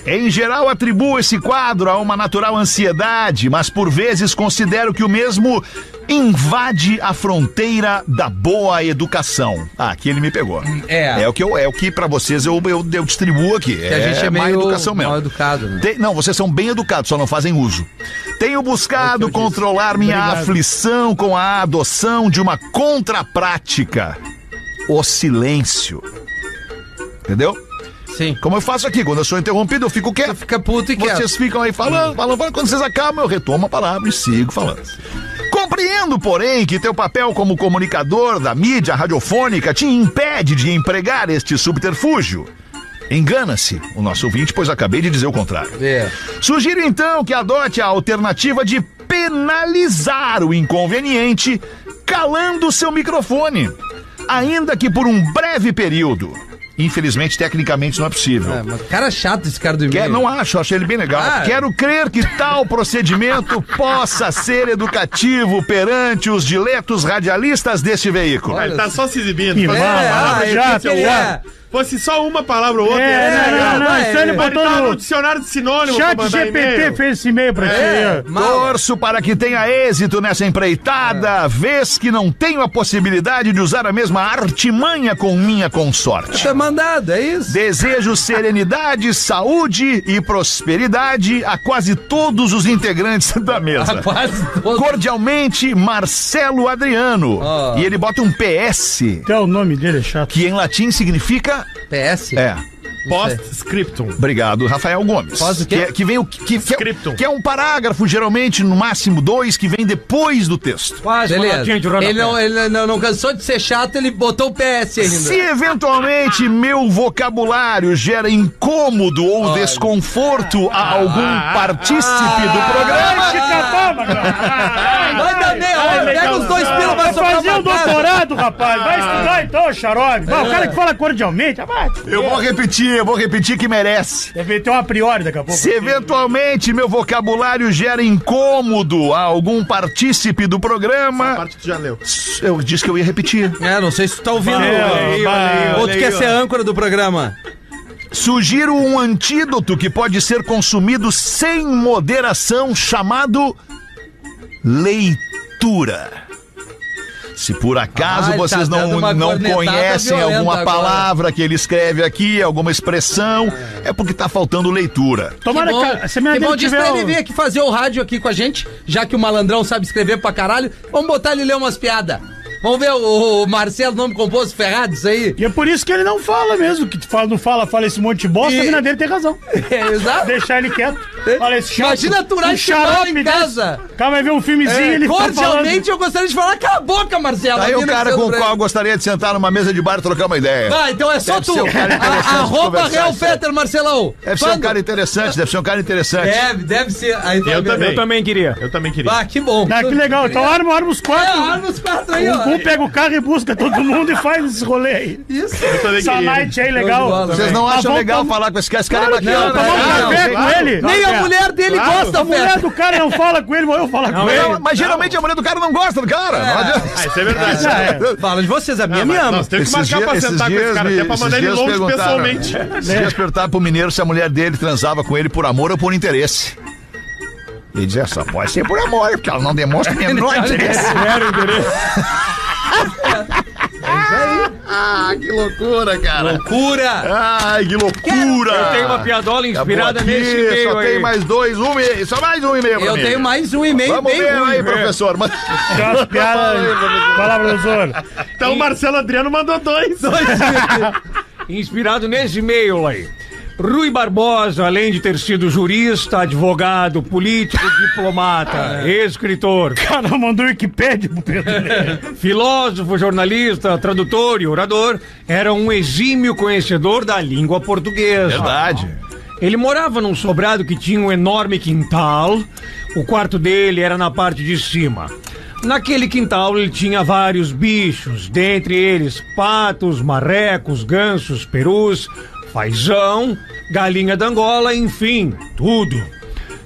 D: Em geral, atribuo esse quadro a uma natural ansiedade, mas por vezes considero que o mesmo invade a fronteira da boa educação. Ah, aqui ele me pegou.
C: é.
D: É o que eu, é o que para vocês eu, eu, eu distribuo aqui.
C: Que a gente é
D: má
C: meio
D: educação mesmo.
C: mal educado, né?
D: Tem- não, vocês são bem educados, só não fazem uso. Tenho buscado controlar minha aflição com a adoção de uma contraprática. O silêncio. Entendeu?
C: Sim.
D: Como eu faço aqui, quando eu sou interrompido, eu fico quieto.
C: Fica puto e quieto. Hum.
D: Vocês ficam aí falando, falando, falando. Quando vocês acabam, eu retomo a palavra e sigo falando. Compreendo, porém, que teu papel como comunicador da mídia radiofônica te impede de empregar este subterfúgio. Engana-se, o nosso ouvinte, pois acabei de dizer o contrário.
C: É.
D: Sugiro então que adote a alternativa de penalizar o inconveniente calando seu microfone, ainda que por um breve período. Infelizmente, tecnicamente, não é possível.
C: É, mas cara chato esse cara do
D: Quer,
C: e-mail. (laughs)
D: não acho, acho ele bem legal.
C: Ah.
D: Quero crer que tal procedimento possa ser educativo perante os diletos radialistas deste veículo.
F: Ele tá só se exibindo.
E: Que
C: É,
E: mal,
C: ah,
E: ah,
C: eu
E: já,
C: pensei que ele
E: teu
C: é.
F: Fosse só uma palavra ou outra.
E: É,
F: ia ser
E: não,
F: legal.
E: não, não,
C: vai,
E: isso aí ele
F: Mas ele
E: botou
F: tá no
E: no
F: dicionário de sinônimos pra
E: chat
F: mandar
E: GPT
F: e-mail.
E: fez esse e-mail pra
C: É.
E: ti.
C: Mal. É.
D: Torço para que tenha êxito nessa empreitada, vez que não tenho a possibilidade de usar a mesma artimanha com minha consorte.
C: Tá mandado, é isso?
D: Desejo serenidade, saúde e prosperidade a quase todos os integrantes da mesa.
C: Tá Quase todo.
D: Cordialmente, Marcelo Adriano.
C: Ah.
D: E ele bota um PS,
E: Até o nome dele é chato.
D: que em latim significa.
C: PS.
D: É,
F: Post-scriptum.
D: obrigado, Rafael Gomes.
C: Pós o quê?
D: Que, é- que vem o que, que,
F: Scriptum.
D: é, que é um parágrafo, geralmente, no máximo dois, que vem depois do texto.
H: Quase uma
C: Beleza.
H: latinha de rodapé.
C: Ele, não, ele não, não cansou de ser chato, ele botou o PS
D: Se
C: ainda.
D: eventualmente meu vocabulário gera incômodo ou desconforto a algum partícipe do programa,
E: Ah,
C: Manda bem, ó, pega os dois pila, vai
E: Vai
C: sobrar
E: fazer o
C: pra casa. Ah.
E: doutorado, rapaz. Vai estudar então, xarope. Vai, O cara que fala cordialmente, ah, vai.
D: eu vou repetir, eu vou repetir que merece.
E: Deve ter um a priori daqui a pouco.
D: Se eventualmente meu vocabulário gera incômodo a algum partícipe do
F: A
D: programa,
F: parte que tu já leu.
D: eu disse que eu ia repetir.
C: É, não sei se tu tá ouvindo.
E: Valeu, aí, valeu,
C: Ou tu quer ser âncora do programa?
D: Sugiro um antídoto que pode ser consumido sem moderação, chamado leitura. Se por acaso
C: Ah, ele
D: vocês
C: tá dando
D: não,
C: uma
D: não
C: cornetada
D: conhecem
C: violenta
D: alguma
C: agora.
D: palavra que ele escreve aqui, alguma expressão, é porque está faltando leitura.
E: Tomara
C: que bom,
E: que a- se a minha
C: que
E: dele
C: bom diz
E: tiver
C: pra ele
E: um-
C: vir aqui fazer o rádio aqui com a gente, já que o malandrão sabe escrever pra caralho. Vamos botar ele ler umas piadas. Vamos ver o, o Marcelo, nome composto, ferrado, isso aí.
E: E é por isso que ele não fala mesmo. Que tu fala, não fala, fala esse monte de bosta,
C: E-
E: a mina dele tem razão.
C: É, exato.
E: Deixar ele quieto. Fala esse chato.
C: Imagina aturar
E: um
C: esse cara em
E: xarope
C: casa. É,
E: desse. O cara vai ver um filmezinho e ele fica falando.
C: Cordialmente, eu gostaria de falar, cala a boca, Marcelo.
D: Tá Aí
C: a
D: o
C: mina
D: cara
C: dizendo
D: com o
C: pra
D: qual eu
C: ele.
D: gostaria de sentar numa mesa de bar e trocar uma ideia.
C: Tá, então é só
D: Deve
C: tu.
D: ser um cara
C: A-
D: interessante de
C: Arroba
D: conversar,
C: Real
D: isso aí.
C: Fetter, Marcelão.
D: Deve ser um
C: Quando-
D: cara interessante, deve ser um cara interessante.
C: Deve, deve ser. Aí tu vai
F: Eu
C: ver.
F: também.
H: Eu também (laughs) queria.
F: Eu também queria.
C: Ah, que bom.
E: Ah, que legal. Então arma, arma os
C: É,
E: quatro.
C: arma os quatro aí, ó.
E: Um pega o carro e busca todo mundo e faz esse rolê aí.
C: Isso.
F: Eu também
E: Essa
F: queria.
E: night
C: Show
E: aí, é
C: de
E: legal.
C: bola.
D: Vocês não
E: Ah,
D: acham
E: vamos
C: tá
D: legal
E: tomar-
D: falar com esse cara? Esse cara é bacana.
C: não, tá
D: pra
E: Tomar um
D: caralho.
E: café com ele.
C: Nem a
E: Café.
C: mulher dele gosta,
E: A mulher
C: Fetter.
E: do cara não fala com ele, vou eu falar com ele.
D: Não, mas geralmente a mulher do cara não gosta do cara. Não adianta.
F: Ah, isso é verdade.
E: Ah, é.
C: Fala de vocês, a minha
F: Ah,
C: me
F: mas
C: ama.
F: Nós temos que marcar
D: dia-
F: pra sentar com esse cara,
D: me-
F: até pra
D: esses
F: mandar ele
D: dias
F: longe
D: perguntaram- né?
F: pessoalmente.
D: Esses dias perguntaram pro mineiro se a mulher dele transava com ele por amor ou por interesse. Ele dizia, só pode ser por amor, porque ela não demonstra
F: (laughs)
D: o menor interesse. (laughs) É Ah, que loucura, cara.
C: Loucura.
D: Ai, que loucura.
H: Eu tenho uma piadola
D: Acabou
H: inspirada
D: aqui,
H: nesse meio
D: Só
H: aí.
D: tem mais dois, um e só mais um e-mail pra
C: Eu
D: mim.
C: tenho mais um e-mail
D: Vamos
C: bem
D: ver aí,
C: ruim.
D: professor. Mas...
E: Tem umas piadas. Fala, professor.
F: Então o Marcelo Adriano mandou dois.
H: Inspirado nesse e-mail aí. Rui Barbosa, além de ter sido jurista, advogado, político, diplomata, escritor,
E: O cara mandou Wikipédia pro Pedro.
H: filósofo, jornalista, tradutor e orador, era um exímio conhecedor da língua portuguesa.
D: Verdade.
H: Ele morava num sobrado que tinha um enorme quintal. O quarto dele era na parte de cima. Naquele quintal ele tinha vários bichos, dentre eles patos, marrecos, gansos, perus, fazão, galinha d'angola, enfim, tudo.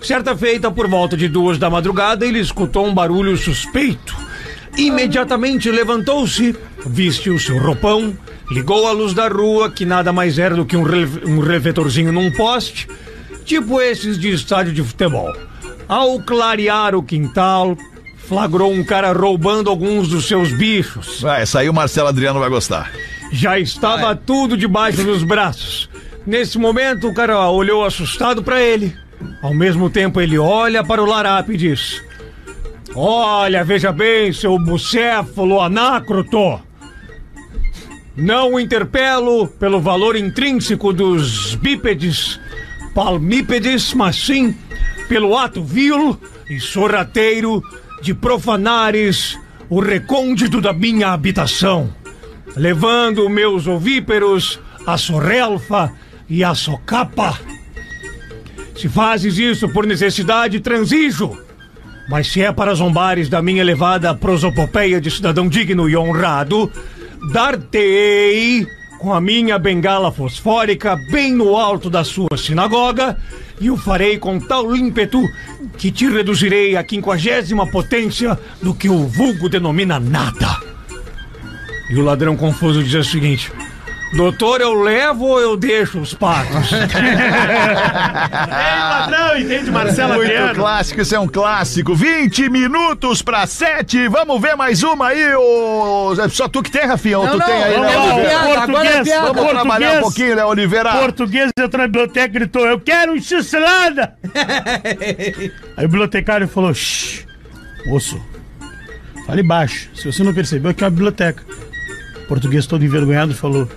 H: Certa feita, por volta de duas da madrugada, ele escutou um barulho suspeito. Imediatamente levantou-se, vestiu seu roupão, ligou a luz da rua, que nada mais era do que um, rele- um relevetorzinho num poste, tipo esses de estádio de futebol. Ao clarear o quintal, flagrou um cara roubando alguns dos seus bichos.
D: Ah, essa aí o Marcelo Adriano vai gostar.
H: Já estava tudo debaixo dos braços. Nesse momento, o cara olhou assustado para ele. Ao mesmo tempo, ele olha para o Larápio e diz: Olha, veja bem, seu bucéfalo anacroto. Não o interpelo pelo valor intrínseco dos bípedes, palmípedes, mas sim pelo ato vil e sorrateiro de profanares o recôndito da minha habitação, levando meus ovíperos, a sorrelfa e a socapa. Se fazes isso por necessidade, transijo. Mas se é para zombares da minha elevada prosopopeia de cidadão digno e honrado, dar-te-ei com a minha bengala fosfórica bem no alto da sua sinagoga e o farei com tal ímpeto que te reduzirei à quinquagésima potência do que o vulgo denomina nada. E o ladrão confuso diz o seguinte: Doutor, eu levo ou eu deixo os patos?
F: Não, entende, Marcela
D: Muito
F: Adriano?
D: clássico, isso é um clássico. 20 minutos pra 7. Vamos ver mais uma aí, ô. é Só tu que tem, Rafinha? Ou tu tem aí,
E: não,
D: né,
E: não,
D: Oliveira?
E: piada, agora é piada.
D: Vamos trabalhar um
E: português.
D: pouquinho, Léo Oliveira.
E: Português entrou na biblioteca e gritou: Eu quero um chucelada! Aí o bibliotecário falou: Shh, moço, fale baixo. Se você não percebeu, aqui é uma biblioteca. O português todo envergonhado falou: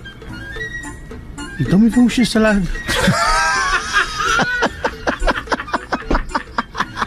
E: Então me vê um chucelada.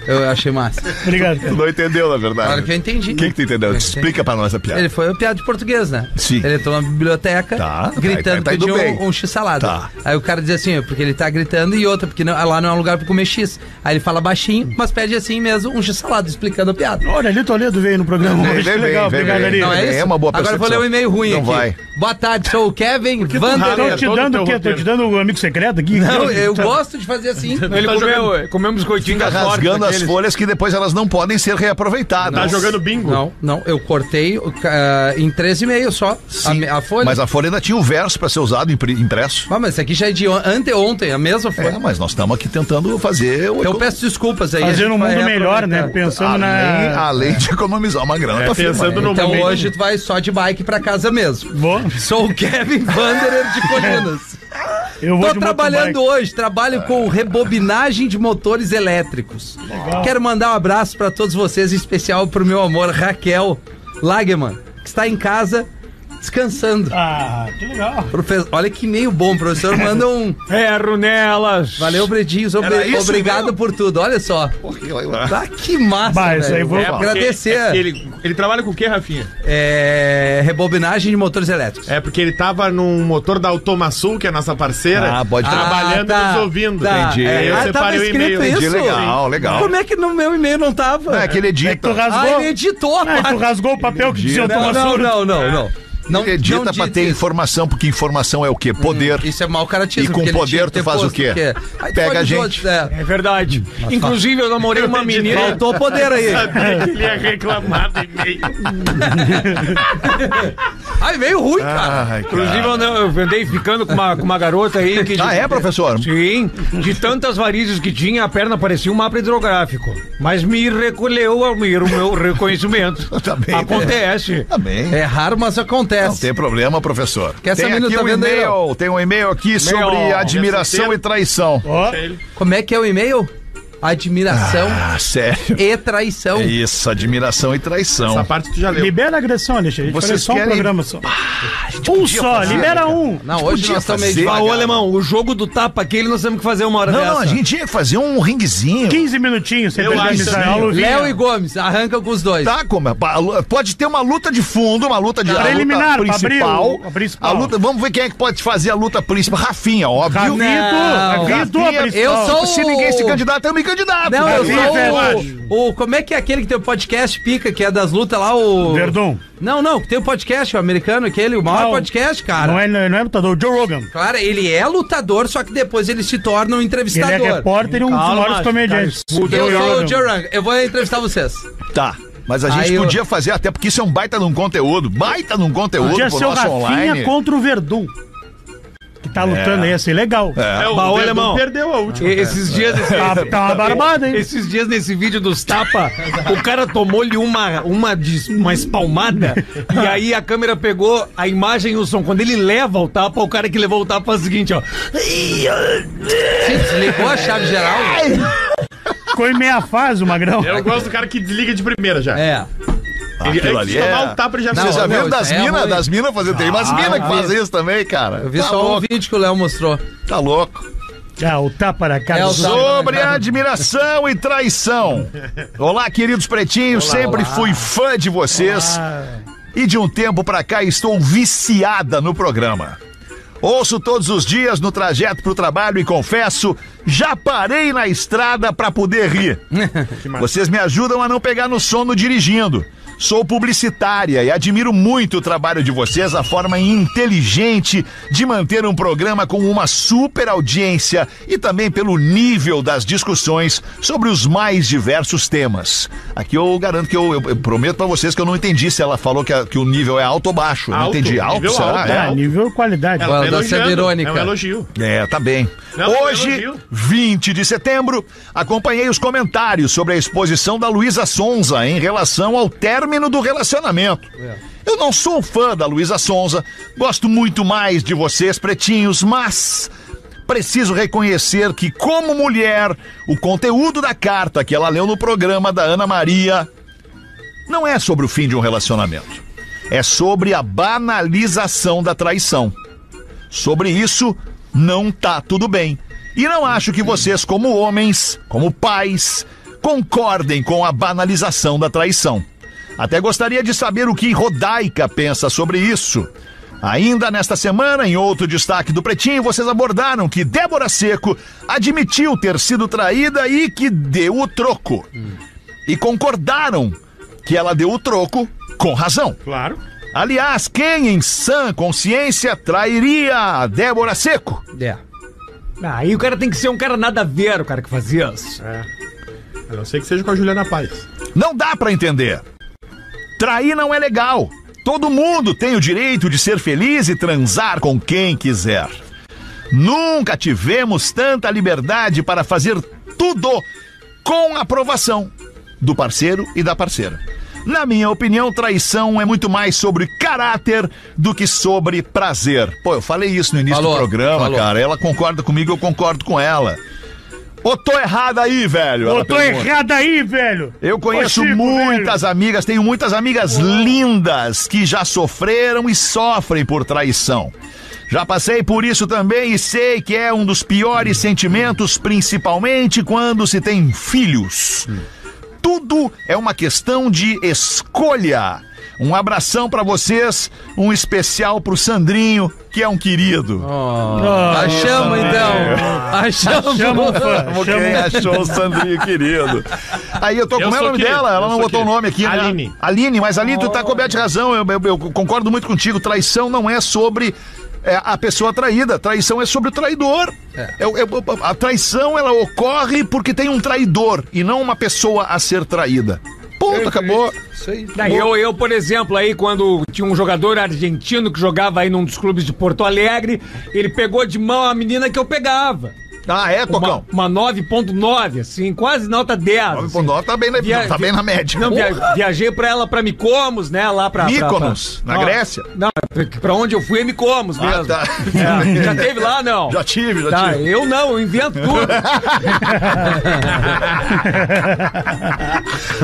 C: Eu achei massa.
E: Obrigado,
D: Tu
E: cara.
D: não entendeu, na verdade.
C: Claro que eu entendi.
D: O que, que tu entendeu?
C: Eu
D: Explica pra nós a piada.
C: Ele foi o piada de português, né?
D: Tá. Sim.
C: Ele entrou na biblioteca,
D: Tá, tá,
C: gritando
D: tá
C: que
D: indo
C: pediu
D: bem.
C: um, um x-salada.
D: Tá.
C: Aí o cara diz assim, porque ele tá gritando e outra, porque não- lá não é um lugar pra comer x. Aí ele fala baixinho, mas pede assim mesmo, um x-salada, explicando a piada.
E: Olha, ali Toledo veio no programa
D: Vem,
E: hoje.
D: vem,
E: que legal,
D: vem, vem,
E: obrigado,
D: vem.
E: Ari.
D: Não, é
C: isso?
D: uma boa
C: Agora eu vou
D: percepção.
C: ler um e-mail ruim
D: Não
C: aqui.
D: vai.
C: Boa tarde, sou o Kevin
E: Tô
D: né?
C: Vanderlei.
E: te
F: todo
E: dando
F: teu
E: o quê? Tô te
F: roteiro.
E: dando um amigo secreto aqui?
C: Não, eu gosto de fazer
E: (laughs)
C: assim.
F: (laughs)
H: Ele
F: Tá
H: comeu, comeu um biscoitinho
D: Fica
H: da sorte
D: rasgando as
H: daqueles.
D: folhas que depois elas não podem ser reaproveitadas.
F: Tá jogando bingo?
C: Não, não, eu cortei ah, em 13,5 só a, me- a folha.
D: Mas a folha ainda tinha o verso pra ser usado impri- impresso.
C: Ah, mas isso aqui já é de on- anteontem, a mesma folha.
D: É, mas nós estamos aqui tentando fazer o.
C: Então eu peço desculpas aí. a gente
E: Fazendo um
C: vai
E: mundo melhor, né?
C: reaproveitar.
E: Pensando
D: além,
E: na.
D: além de economizar uma grana
F: É,
D: pra firma,
F: pensando
D: né?
F: no
C: Então
F: momento.
C: hoje tu vai só de bike pra casa mesmo.
E: Vou,
C: Sou o Kevin Wanderer de Colinas.
E: eu vou
C: Tô
E: de
C: trabalhando
E: motobike.
C: hoje, trabalho com rebobinagem de motores elétricos. Quero mandar um abraço pra todos vocês, em especial pro meu amor Raquel Lageman, que está em casa descansando.
E: Ah, que legal.
C: Profe- Olha que meio bom, professor. Manda um.
H: Ferro nelas.
C: Valeu, Bredinhos. obri-
D: Era isso
C: Obrigado
D: mesmo?
C: por tudo. Olha só. Tá que massa.
E: Bah, isso aí
C: velho.
E: vou
C: É,
E: falar.
C: agradecer.
F: É porque ele, ele trabalha com o quê, Rafinha?
C: É, rebobinagem de motores elétricos.
F: É porque ele tava num motor da Automaçul, que é a nossa parceira.
D: Ah, pode-
F: Trabalhando e
C: Ah, tá.
F: nos ouvindo.
C: Tá.
F: Entendi.
C: É,
F: Aí eu
C: ah, tava
F: separei o
C: escrito
F: e-mail.
C: isso.
D: Entendi, legal, legal.
C: Como é que no meu e-mail não tava?
D: É que ele edita.
E: É que tu
C: Ah,
E: rasgou.
C: ele editou a
E: Ah, e tu
C: parte.
E: rasgou o papel que dizia
C: Não, não,
E: automação.
C: não, não, não. Não,
D: Ele edita
C: não diz
D: pra ter
C: isso.
D: informação, porque informação é o quê? Poder.
C: Isso é mau caratismo.
D: E com
C: porque ele
D: poder
C: tinha que
D: tu
C: ter
D: faz o
C: posto
D: quê?
C: que- Aí tu
D: Pega
C: fala
D: a
C: dos
D: gente.
C: outros, é.
H: É verdade. Inclusive, eu
C: (laughs)
H: namorei uma menina.
C: Faltou poder aí.
H: (laughs)
F: Sabia que ele ia reclamar do e-mail.
C: Ai, veio ruim, cara.
D: Ai,
H: Inclusive,
D: Ah, cara.
H: eu, não- eu andei ficando com uma, com uma garota aí que. de-
D: Ah, é, professor?
H: Sim, de tantas varizes que tinha, a perna parecia um mapa hidrográfico. Mas me recolheu, Almir, o meu reconhecimento.
D: (laughs) Tá bem, né?
H: Acontece.
D: Também.
C: É raro, mas
D: Não
C: acontece.
D: tem problema, professor.
C: Que essa
D: tem
C: mina
D: aqui
C: tá
D: um
C: vendo aí,
D: e-mail, tem um e-mail aqui sobre admiração
F: solteiro.
D: e traição.
E: Ó,
C: Como é que é o e-mail? Admiração
D: Ah, sério.
C: e traição.
D: É isso, admiração e traição.
F: Essa parte tu já
D: É.
F: leu.
E: libera a agressão, Alexandre. A gente
D: Vocês
E: faz só um
D: querem-
E: programa só. Um só,
D: fazer,
E: libera um.
C: Não, hoje
D: Podia
C: nós estamos meio
D: fazer.
C: devagar.
H: Ô, alemão, o jogo do tapa aquele nós temos que fazer uma hora
C: é
D: Não,
H: dessa.
D: não, a gente tinha que fazer um ringuezinho.
E: 15 minutinhos, sem
F: Eu
E: perder a
F: acho
E: amizade.
F: também.
E: Alô, Vinha.
C: Léo e Gomes, arrancam com os dois.
D: Tá, como é? Pa- lu- Pode ter uma luta de fundo, uma luta de a luta
E: Preliminar, pra abrir
D: principal.
E: o- a principal.
D: A luta, vamos ver quem é que pode fazer a luta principal. Rafinha, óbvio.
C: Não.
E: Rafinha, Rafinha, tu a
D: Eu
E: principal.
C: sou-
D: Se ninguém se candidata, eu me candidato.
C: Não,
D: cara.
C: eu
E: Sim, Ferraz.
C: sou o, o. Como é que é aquele que tem o podcast pica, que é das lutas lá, o.
E: Verdun.
C: Não, não, que tem o podcast, o americano, aquele, o maior
E: Não.
C: podcast, cara.
E: Não é, não é, não é lutador, o Joe Rogan.
C: Claro, ele é lutador, só que depois ele se torna um
E: Ele é
C: entrevistador.
E: repórter e um dos
H: Calma,
E: maiores comediantes.
H: cara,
E: Joe
C: Eu sou
E: Rogan.
C: o Jorang, eu vou entrevistar vocês.
D: Tá. Mas a gente
C: Aí eu-
D: podia fazer, até porque isso é um baita num conteúdo. Baita num conteúdo
E: Podia
D: pro
E: ser o
D: nosso
E: Rafinha
D: online.
E: contra o Verdun. Que tá lutando aí, ia ser legal.
F: É, o
H: Bah,
F: Verdun
H: ô,
F: é
H: alemão.
F: perdeu a última.
D: É.
H: E- Esses dias.
E: Tá, tá uma barbada, hein?
H: Esses dias nesse vídeo dos tapa, o cara tomou-lhe uma, uma, des- uma espalmada e aí a câmera pegou a imagem e o som. Quando ele leva o tapa, o cara que levou o tapa é o seguinte, ó.
C: Se desligou a chave geral.
E: Ficou em meia fase o Magrão.
F: Eu gosto do cara que desliga de primeira já.
C: É.
D: Ah,
F: Ele,
D: É. Aquilo
F: antes
D: ali
F: de tomar
D: é...
F: o tapa, ele já
C: Não,
D: Vocês já
C: não,
D: viram
C: isso
D: das
C: é
D: minas
C: ruim. Ah,
D: das mina fazer? Tem umas minas que fazem isso também, cara.
C: Eu vi
D: tá
C: só um
D: louco,
C: vídeo que o Léo mostrou.
D: Tá louco.
E: Ah, o tapa na cara
C: É,
E: do
C: o tapa.
D: Sobre admiração e traição. Olá, queridos pretinhos, sempre fui fã de vocês. E de um tempo pra cá estou viciada no programa. Ouço todos os dias no trajeto pro trabalho e confesso, já parei
F: (laughs)
D: na estrada pra poder rir. Vocês me ajudam a não pegar no sono dirigindo. Sou publicitária e admiro muito o trabalho de vocês, a forma inteligente de manter um programa com uma super audiência e também pelo nível das discussões sobre os mais diversos temas. Aqui eu garanto que eu, eu- eu prometo pra vocês que eu não entendi se ela falou que, a- que o nível é alto ou baixo. Eu não
F: Alto,
D: entendi. Alto,
F: nível
D: será?
F: alto,
D: É
E: Ah, nível qualidade.
C: Ela-
F: tá
C: dá ser
F: elogiando,
C: irônica.
F: É um elogio.
D: é, tá bem.
F: Não, não
D: Hoje,
F: elogio.
D: 20 de setembro, acompanhei os comentários sobre a exposição da Luísa Sonza em relação ao término do relacionamento.
F: É.
D: Eu não sou fã da Luísa Sonza, gosto muito mais de vocês, pretinhos, mas preciso reconhecer que, como mulher, o conteúdo da carta que ela leu no programa da Ana Maria não é sobre o fim de um relacionamento. É sobre a banalização da traição. Sobre isso, não tá tudo bem. E não acho que vocês, como homens, como pais, concordem com a banalização da traição. Até gostaria de saber o que Rodaica pensa sobre isso. Ainda nesta semana, em outro destaque do Pretinho, vocês abordaram que Débora Seco admitiu ter sido traída e que deu o troco. E concordaram que ela deu o troco com razão.
F: Claro.
D: Aliás, quem em sã consciência trairia a Débora Seco?
C: É.
H: Aí o cara tem que ser um cara nada a ver, o cara que faz isso.
F: A não ser que seja com a Juliana Paz.
D: Não dá pra entender. Trair não é legal. Todo mundo tem o direito de ser feliz e transar com quem quiser. Nunca tivemos tanta liberdade para fazer tudo com aprovação do parceiro e da parceira. Na minha opinião, traição é muito mais sobre caráter do que sobre prazer. Pô, eu falei isso no início
C: Falou,
D: do programa,
C: falou.
D: cara. Ela concorda comigo, eu concordo com ela. Ô, tô errado aí, velho.
E: Pô,
D: ela
E: tô
D: pergunta.
E: errado aí, velho.
D: Eu conheço
E: Ô, Chico,
D: muitas amigas, tenho muitas amigas lindas que já sofreram e sofrem por traição. Já passei por isso também e sei que é um dos piores sentimentos, principalmente quando se tem filhos. Tudo é uma questão de escolha. Um abração pra vocês, um especial pro Sandrinho, que é um querido.
C: A chama, então. A chama.
E: Chama o fã.
F: (laughs)
D: Como
E: Chama
D: quem
E: o fã.
D: achou o Sandrinho querido. Aí eu tô
F: Eu
D: como é o
F: sou
D: nome
F: querido,
D: dela, ela
F: eu
D: não
F: sou
D: botou o
F: querido.
D: nome aqui, né?
F: Aline. Oh.
D: Aline, mas Aline, tu tá coberto de razão, eu, eu- eu concordo muito contigo. Traição não é sobre é, a pessoa traída, traição é sobre o traidor.
F: É.
D: Eu- eu- a traição, ela ocorre porque tem um traidor e não uma pessoa a ser traída. Ponto, acabou.
C: Isso aí.
H: Daí eu, eu, por exemplo, aí quando tinha um jogador argentino que jogava aí num dos clubes de Porto Alegre, ele pegou de mão a menina que eu pegava.
D: Ah, é, Cocão?
H: Uma, uma 9.9, assim, quase nota 10. assim.
D: 9.9 tá bem na,
H: Via-
D: tá bem na média.
H: Não, via- viajei pra ela pra Micomos, né? Lá pra. pra- pra-
D: Mykonos, na
H: Não,
D: Grécia?
H: Não, pra- pra onde eu fui é Micomos
D: Ah,
H: Ah, tá, mesmo.
D: tá. (laughs)
H: É, já teve lá, não?
D: Já tive, já
H: Tá,
D: tive.
H: eu não, eu invento tudo.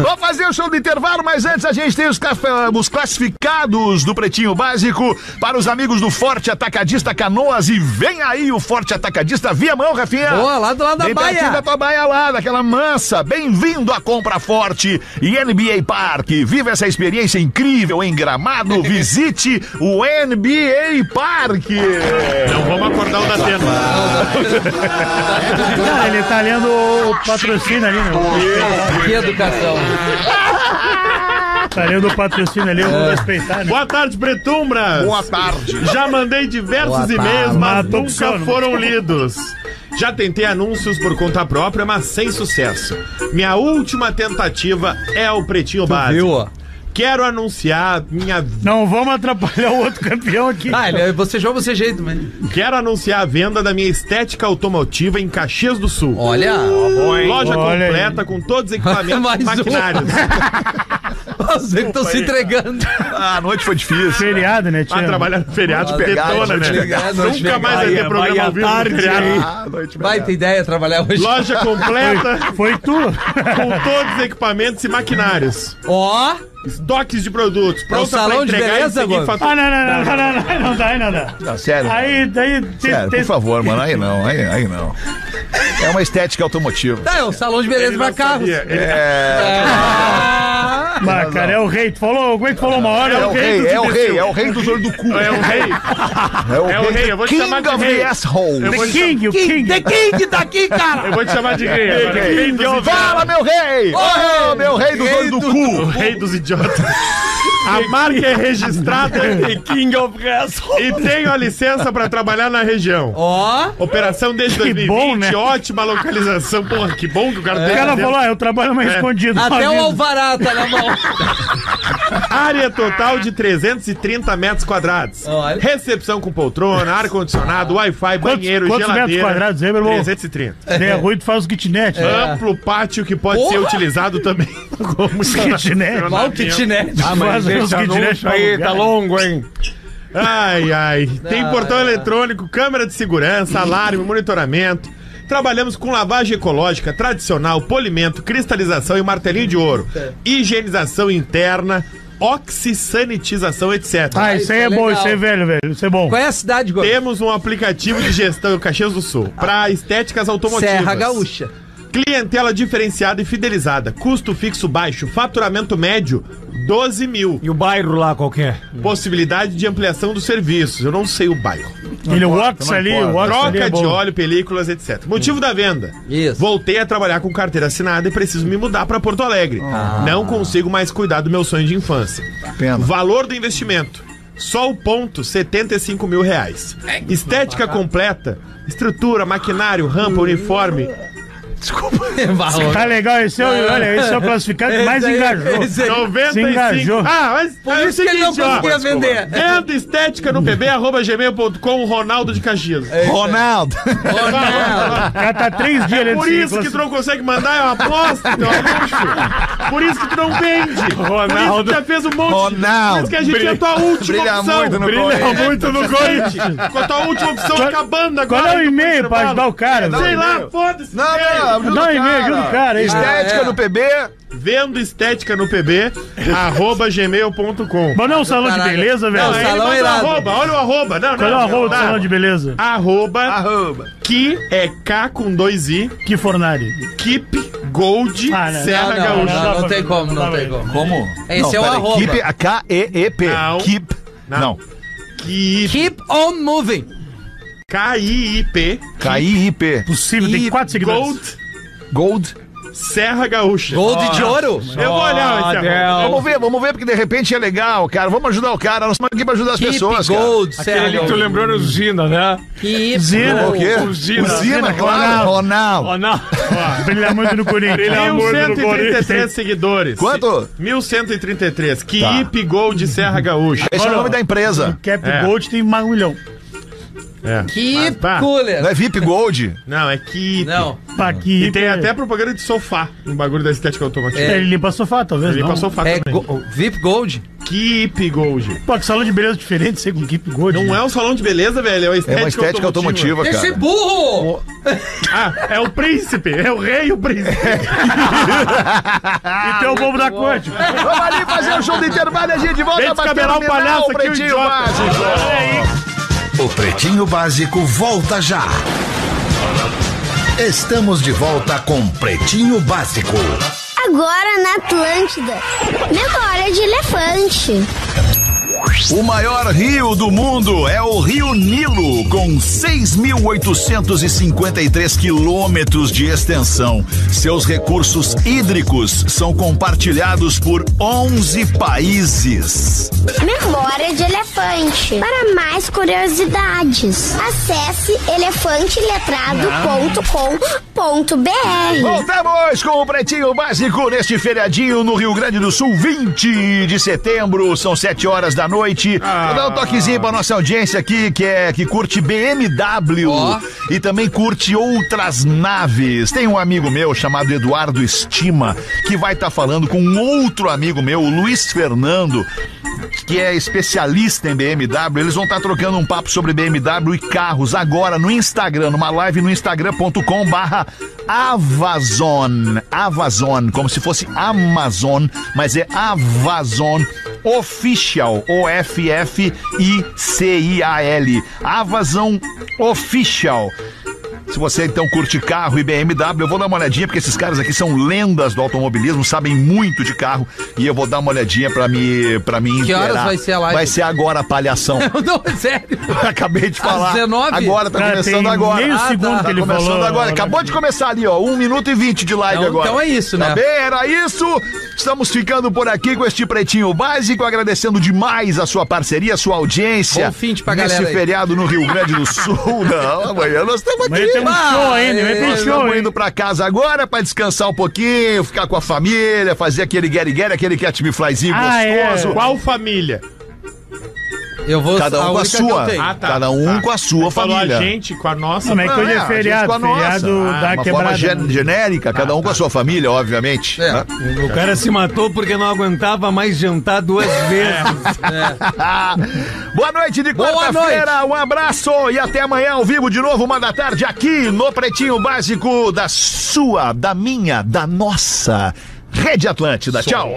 D: Vamos fazer o show do intervalo, mas antes a gente tem os, caf- os classificados do Pretinho Básico para os amigos do Forte Atacadista Canoas. E vem aí o Forte Atacadista via mão, Rafinha.
C: Boa, lá do lado da
D: Bem
C: baia.
D: pertinho da tua baia lá, daquela mansa. Bem-vindo à Compra Forte e NBA Parque. Viva essa experiência incrível em
C: (laughs)
D: Gramado. Visite o NBA Parque.
F: Não vamos acordar o da Atena.
E: Ah, ele tá lendo o patrocínio ali, né?
C: Que educação.
E: Tá lendo o patrocínio ali, eu
C: É.
E: vou respeitar, né?
F: Boa tarde, Pretumbras.
D: Boa tarde.
F: Já mandei diversos
C: Boa
F: e-mails,
C: tarde.
F: mas
E: Matou o
F: nunca
E: sono.
F: foram lidos. Já tentei anúncios por conta própria, mas sem sucesso. Minha última tentativa é o Pretinho Básico.
C: Viu, ó?
F: Quero anunciar minha
E: Não vamos atrapalhar o outro campeão aqui.
C: Ah, ele, você joga você jeito, mas.
F: Quero anunciar a venda da minha estética automotiva em Caxias do Sul.
C: Olha.
F: Loja
E: Olha aí.
F: completa com todos os
C: (laughs)
F: equipamentos
C: Mais um.
F: e
E: (laughs)
F: maquinários.
C: Os que estão se entregando.
D: Ah, A noite foi difícil.
E: Feriado, né,
F: Ah,
E: tia?
F: trabalhar no feriado,
D: Noite
F: detona,
D: legal,
F: né?
D: noite legal,
C: noite
F: Nunca mais vai
H: legal.
F: ter programa ao vivo né? no feriado.
D: Ah, noite
C: Vai ter ideia trabalhar hoje.
F: Loja completa
E: Foi tu.
F: com todos os equipamentos e maquinários.
C: Ó,
F: Estoques de produtos.
E: É
F: Pronta pra
C: salão de
F: entregar
C: beleza,
F: e seguir
C: Gomes?
F: fatura.
E: Ah, não, não, não, não, não, não, não dá, aí não dá.
D: Não, sério.
E: Aí, daí... tem-
D: Sério,
E: tem-
D: por favor, mano, aí não, aí, aí não. É uma estética automotiva.
C: tá, é um salão de beleza pra carros.
F: Sabia. Ele-
D: É.
C: Ah,
E: Mas, cara, é o rei. Tu falou, como é que tu falou uma hora?
D: É o rei,
E: do
D: é o rei,
E: imbecil.
D: é o rei dos olhos do cu.
F: É o rei. É o rei, eu vou te
D: King
F: chamar de
D: of
F: rei.
D: the asshole.
F: Eu vou
E: The
F: te
E: King, o King.
C: The King daqui,
F: (laughs) Eu
C: cara!
F: vou te chamar de rei. agora. Rei dos
D: Fala, meu rei! Ô, meu rei dos olhos do cu!
F: Rei dos idiotas. A marca é registrada em King of Wrestle. E tenho a licença pra trabalhar na região.
C: Ó,
F: Operação desde
E: Que
F: 2020,
E: bom, né?
F: ótima localização. Porra, que bom que o cara
E: O
F: tem.
E: cara
F: licença.
E: falou, ah, eu trabalho mais escondido.
C: até o
E: Avisa.
C: Alvará tá na mão.
F: Área total de 330 metros quadrados.
C: Olha.
F: Recepção com poltrona, ar-condicionado, Wi-Fi,
E: Quantos-
F: banheiro,
E: quantos
F: geladeira.
E: metros quadrados, hein, meu irmão?
F: 330.
E: Se é ruim, tu faz o
F: É.
E: kitnet. né?
F: Amplo pátio que pode
C: É. Porra!
F: ser
C: (laughs)
F: utilizado também como
E: Kitnet.
C: Ó o kitnet.
H: Ah,
E: Faz
H: mas
E: uns
H: esse
E: que direto
H: anúncio
E: pra
H: aí
E: lugar.
H: tá longo, hein?
F: Ai, ai. Tem portão eletrônico, câmera de segurança, alarme, monitoramento. Trabalhamos com lavagem ecológica, tradicional, polimento, cristalização e martelinho de ouro.
C: É.
F: Higienização interna, oxisanitização, etc.
E: Ah, isso aí é bom,
C: legal.
E: isso aí é velho, velho. Isso é bom.
C: Qual é a cidade, Gomes?
F: Temos um aplicativo de gestão em Caxias do Sul para estéticas automotivas.
C: Ah. Serra Gaúcha.
F: Clientela diferenciada e fidelizada. Custo fixo baixo. Faturamento médio, 12 mil.
H: E o bairro lá qualquer.
F: Possibilidade de ampliação dos serviços. Eu não sei o bairro.
E: Ele walks ali, o walks ali é
F: Troca de
E: bom.
F: óleo, películas, etc. Motivo da venda.
C: Isso.
F: Voltei a trabalhar com carteira assinada e preciso me mudar para Porto Alegre. Não consigo mais cuidar do meu sonho de infância.
D: Pena.
F: Valor do investimento. Só o ponto, 75 mil reais.
C: É
F: Estética completa, estrutura, maquinário, rampa, uniforme.
E: Tá legal, esse é o, olha, esse é o classificado que mais
C: Esse aí-
E: engajou.
C: esse aí-
F: 95.
E: Se engajou.
F: Ah, mas Por
C: Por isso que ele não conseguia vender.
F: Venda estética no pb.gmail.com, Ronaldo de Caxias. (laughs)
D: Ronaldo!
C: Ó, É. não.
E: O cara tá três dias ali
F: É
E: assim.
F: Por
E: nesse
F: isso que tu
E: classificado.
F: não consegue mandar, é
E: (laughs)
F: uma aposta, teu luxo. Por isso que tu não vende. Por isso que tu já fez um monte
D: Ronaldo.
F: Por isso que a gente é a tua última
D: Brilha
F: opção.
D: muito no
E: é
D: Corinthians.
E: (laughs)
F: muito no Corinthians. Com a tua última opção acabando
E: Qual
F: agora.
E: é o
F: no
E: e-mail
F: intervalo.
E: pra ajudar o cara?
F: Sei
E: velho?
F: lá, foda-se.
D: Não, não, ajuda
E: Dá um
D: o
E: e-mail,
D: cara.
E: ajuda o cara, isso.
D: Estética
C: Ah, é.
D: no PB,
F: Vendo estética no pb, arroba gmail.com.
E: Mas não é um salão de
C: Caralho.
E: beleza,
C: Não,
E: velho?
F: Aí
C: salão
F: ele manda
C: é irado.
F: arroba, olha o arroba. Não, não,
E: Qual é o
F: não,
E: arroba do
F: dá.
E: salão de beleza?
F: Arroba,
D: arroba.
F: que é K com dois I,
E: Que fornalho.
F: Keep Gold
E: Ah, não.
F: Serra
C: Não, não,
F: Gaúcha.
C: não, não tem como, não tem como.
A: Como?
C: Esse é o
D: peraí,
C: arroba.
D: Keep, a K-E-E-P.
F: Não.
D: Keep.
F: Não.
D: Não.
F: Keep
C: Keep on moving.
F: K-I-I-P,
D: K-I-I-P.
E: Possível, tem
C: E
E: quatro seguidores.
F: Gold,
D: Gold.
F: Serra Gaúcha.
C: Gold de ouro.
F: Eu vou olhar
E: É,
F: esse
H: É,
F: arroba.
D: Vamos ver, vamos ver, porque de repente é legal, cara. Vamos ajudar o cara. Nós estamos aqui pra ajudar as
C: Keep
D: pessoas, cara.
C: gold,
H: Aquele
C: Serra
H: que tu
C: Gaúcha.
H: lembrou era o Zina, né?
C: Keep
E: Zina.
D: O quê?
H: Usina.
D: Usina,
E: Usina,
D: claro. Ronaldo.
H: Ó, não.
E: Brilha muito no Corinthians. Brilha muito no Corinthians.
F: 1133 seguidores.
D: Quanto? Tá.
F: 1133. Keep Gold Serra Gaúcha.
D: Esse é o
E: Olha,
D: nome da empresa.
E: Cap
F: É.
E: Gold tem mais um milhão.
D: É.
C: Keep
F: Mas, pá.
C: cooler.
D: Não é VIP Gold?
F: É. Não, é Keep.
C: Não.
E: Pra que
F: E tem até propaganda de sofá no bagulho da estética automotiva.
E: Ele limpa sofá, talvez
F: Ele
E: não.
F: passou fato
C: É
F: também.
C: go- VIP Gold?
F: Keep Gold.
E: Pô, que salão de beleza diferente, sei com Keep Gold.
F: Não é um salão de beleza, velho. É uma
D: É
F: estética,
D: uma estética automotiva,
C: Esse é
D: cara.
C: burro!
F: Ah, é o príncipe. É o rei e o príncipe.
E: E tem o bobo da corte.
D: Vamos ali fazer o show do intervalo e a gente volta
F: Vem
D: pra
F: descabelar o
D: terminar
F: palhaço aqui, o
D: Pretinho
F: idiota.
D: Básico.
A: O Pretinho Básico volta já. Estamos de volta com Pretinho Básico.
I: Agora na Atlântida. Memória de elefante.
A: O maior rio do mundo é o Rio Nilo, com 6.853 quilômetros de extensão. Seus recursos hídricos são compartilhados por 11 países.
I: Memória de elefante. Para mais curiosidades, acesse elefanteletrado.com.br.
D: Voltamos com o Pretinho Básico neste feriadinho no Rio Grande do Sul, 20 de setembro, são 7 horas da noite. Vou dar um toquezinho pra nossa audiência aqui, que é que curte BMW
C: Ó.
D: e também curte outras naves. Tem um amigo meu chamado Eduardo Estima, que vai estar falando com um outro amigo meu, o Luiz Fernando, que é especialista em BMW. Eles vão estar trocando um papo sobre BMW e carros agora no Instagram, numa live no instagram.com barra Avazon. Avazon, como se fosse Amazon, mas é Avazon Official, O-F-F-I-C-I-A-L. Avazon Official. Se você então curte carro e BMW, eu vou dar uma olhadinha, porque esses caras aqui são lendas do automobilismo, sabem muito de carro, e eu vou dar uma olhadinha pra me, pra me
C: Que horas
D: inteirar.
C: vai ser a live?
D: Vai ser agora a
C: (laughs)
D: palhação. (laughs)
C: Não, é sério.
D: Acabei de falar.
C: 19?
D: Agora, tá
E: Ah,
D: começando
E: tem
D: agora.
E: meio
D: tá.
E: segundo que
D: Tá
E: ele
D: começando
E: falou,
D: agora.
E: né?
D: Acabou de começar ali, ó. 1 minuto e 20 de live
C: Então-
D: agora.
C: então é isso,
D: Tá
C: né?
D: bem? Era isso. Estamos ficando por aqui com este Pretinho Básico, agradecendo demais a sua parceria, a sua audiência.
C: Bom fim de pra
D: Nesse
C: galera aí.
D: feriado no Rio Grande do Sul. (laughs) Não, amanhã nós estamos aqui.
E: Amanhã tem um
C: Ah,
E: show
C: é,
E: ainda, amanhã tem
D: Nós
E: show
D: estamos
E: ainda.
D: indo pra casa agora pra descansar um pouquinho, ficar com a família, fazer aquele get get aquele catch me flyzinho
E: Ah, é.
D: gostoso.
F: Qual família?
C: Eu vou
D: Cada um com a
C: única que eu
D: sua.
C: tenho.
D: Ah, Cada um com a sua
F: tá. Ele falou
D: família.
F: a gente, com a nossa.
E: Como é que
D: Não,
E: hoje
D: Ah, a
E: é
D: gente
E: feriado?
D: com a nossa.
E: Feriado
D: Ah,
E: da
D: uma
E: quebrada.
D: forma gen- genérica, cada um com a sua família, obviamente.
C: É.
D: né?
H: O cara se matou porque não aguentava mais jantar duas vezes.
D: (laughs) Boa noite de
C: Boa
D: quarta-feira, um abraço e até amanhã ao vivo de novo, uma da tarde, aqui no Pretinho Básico da sua, da minha, da nossa Rede Atlântida. Tchau.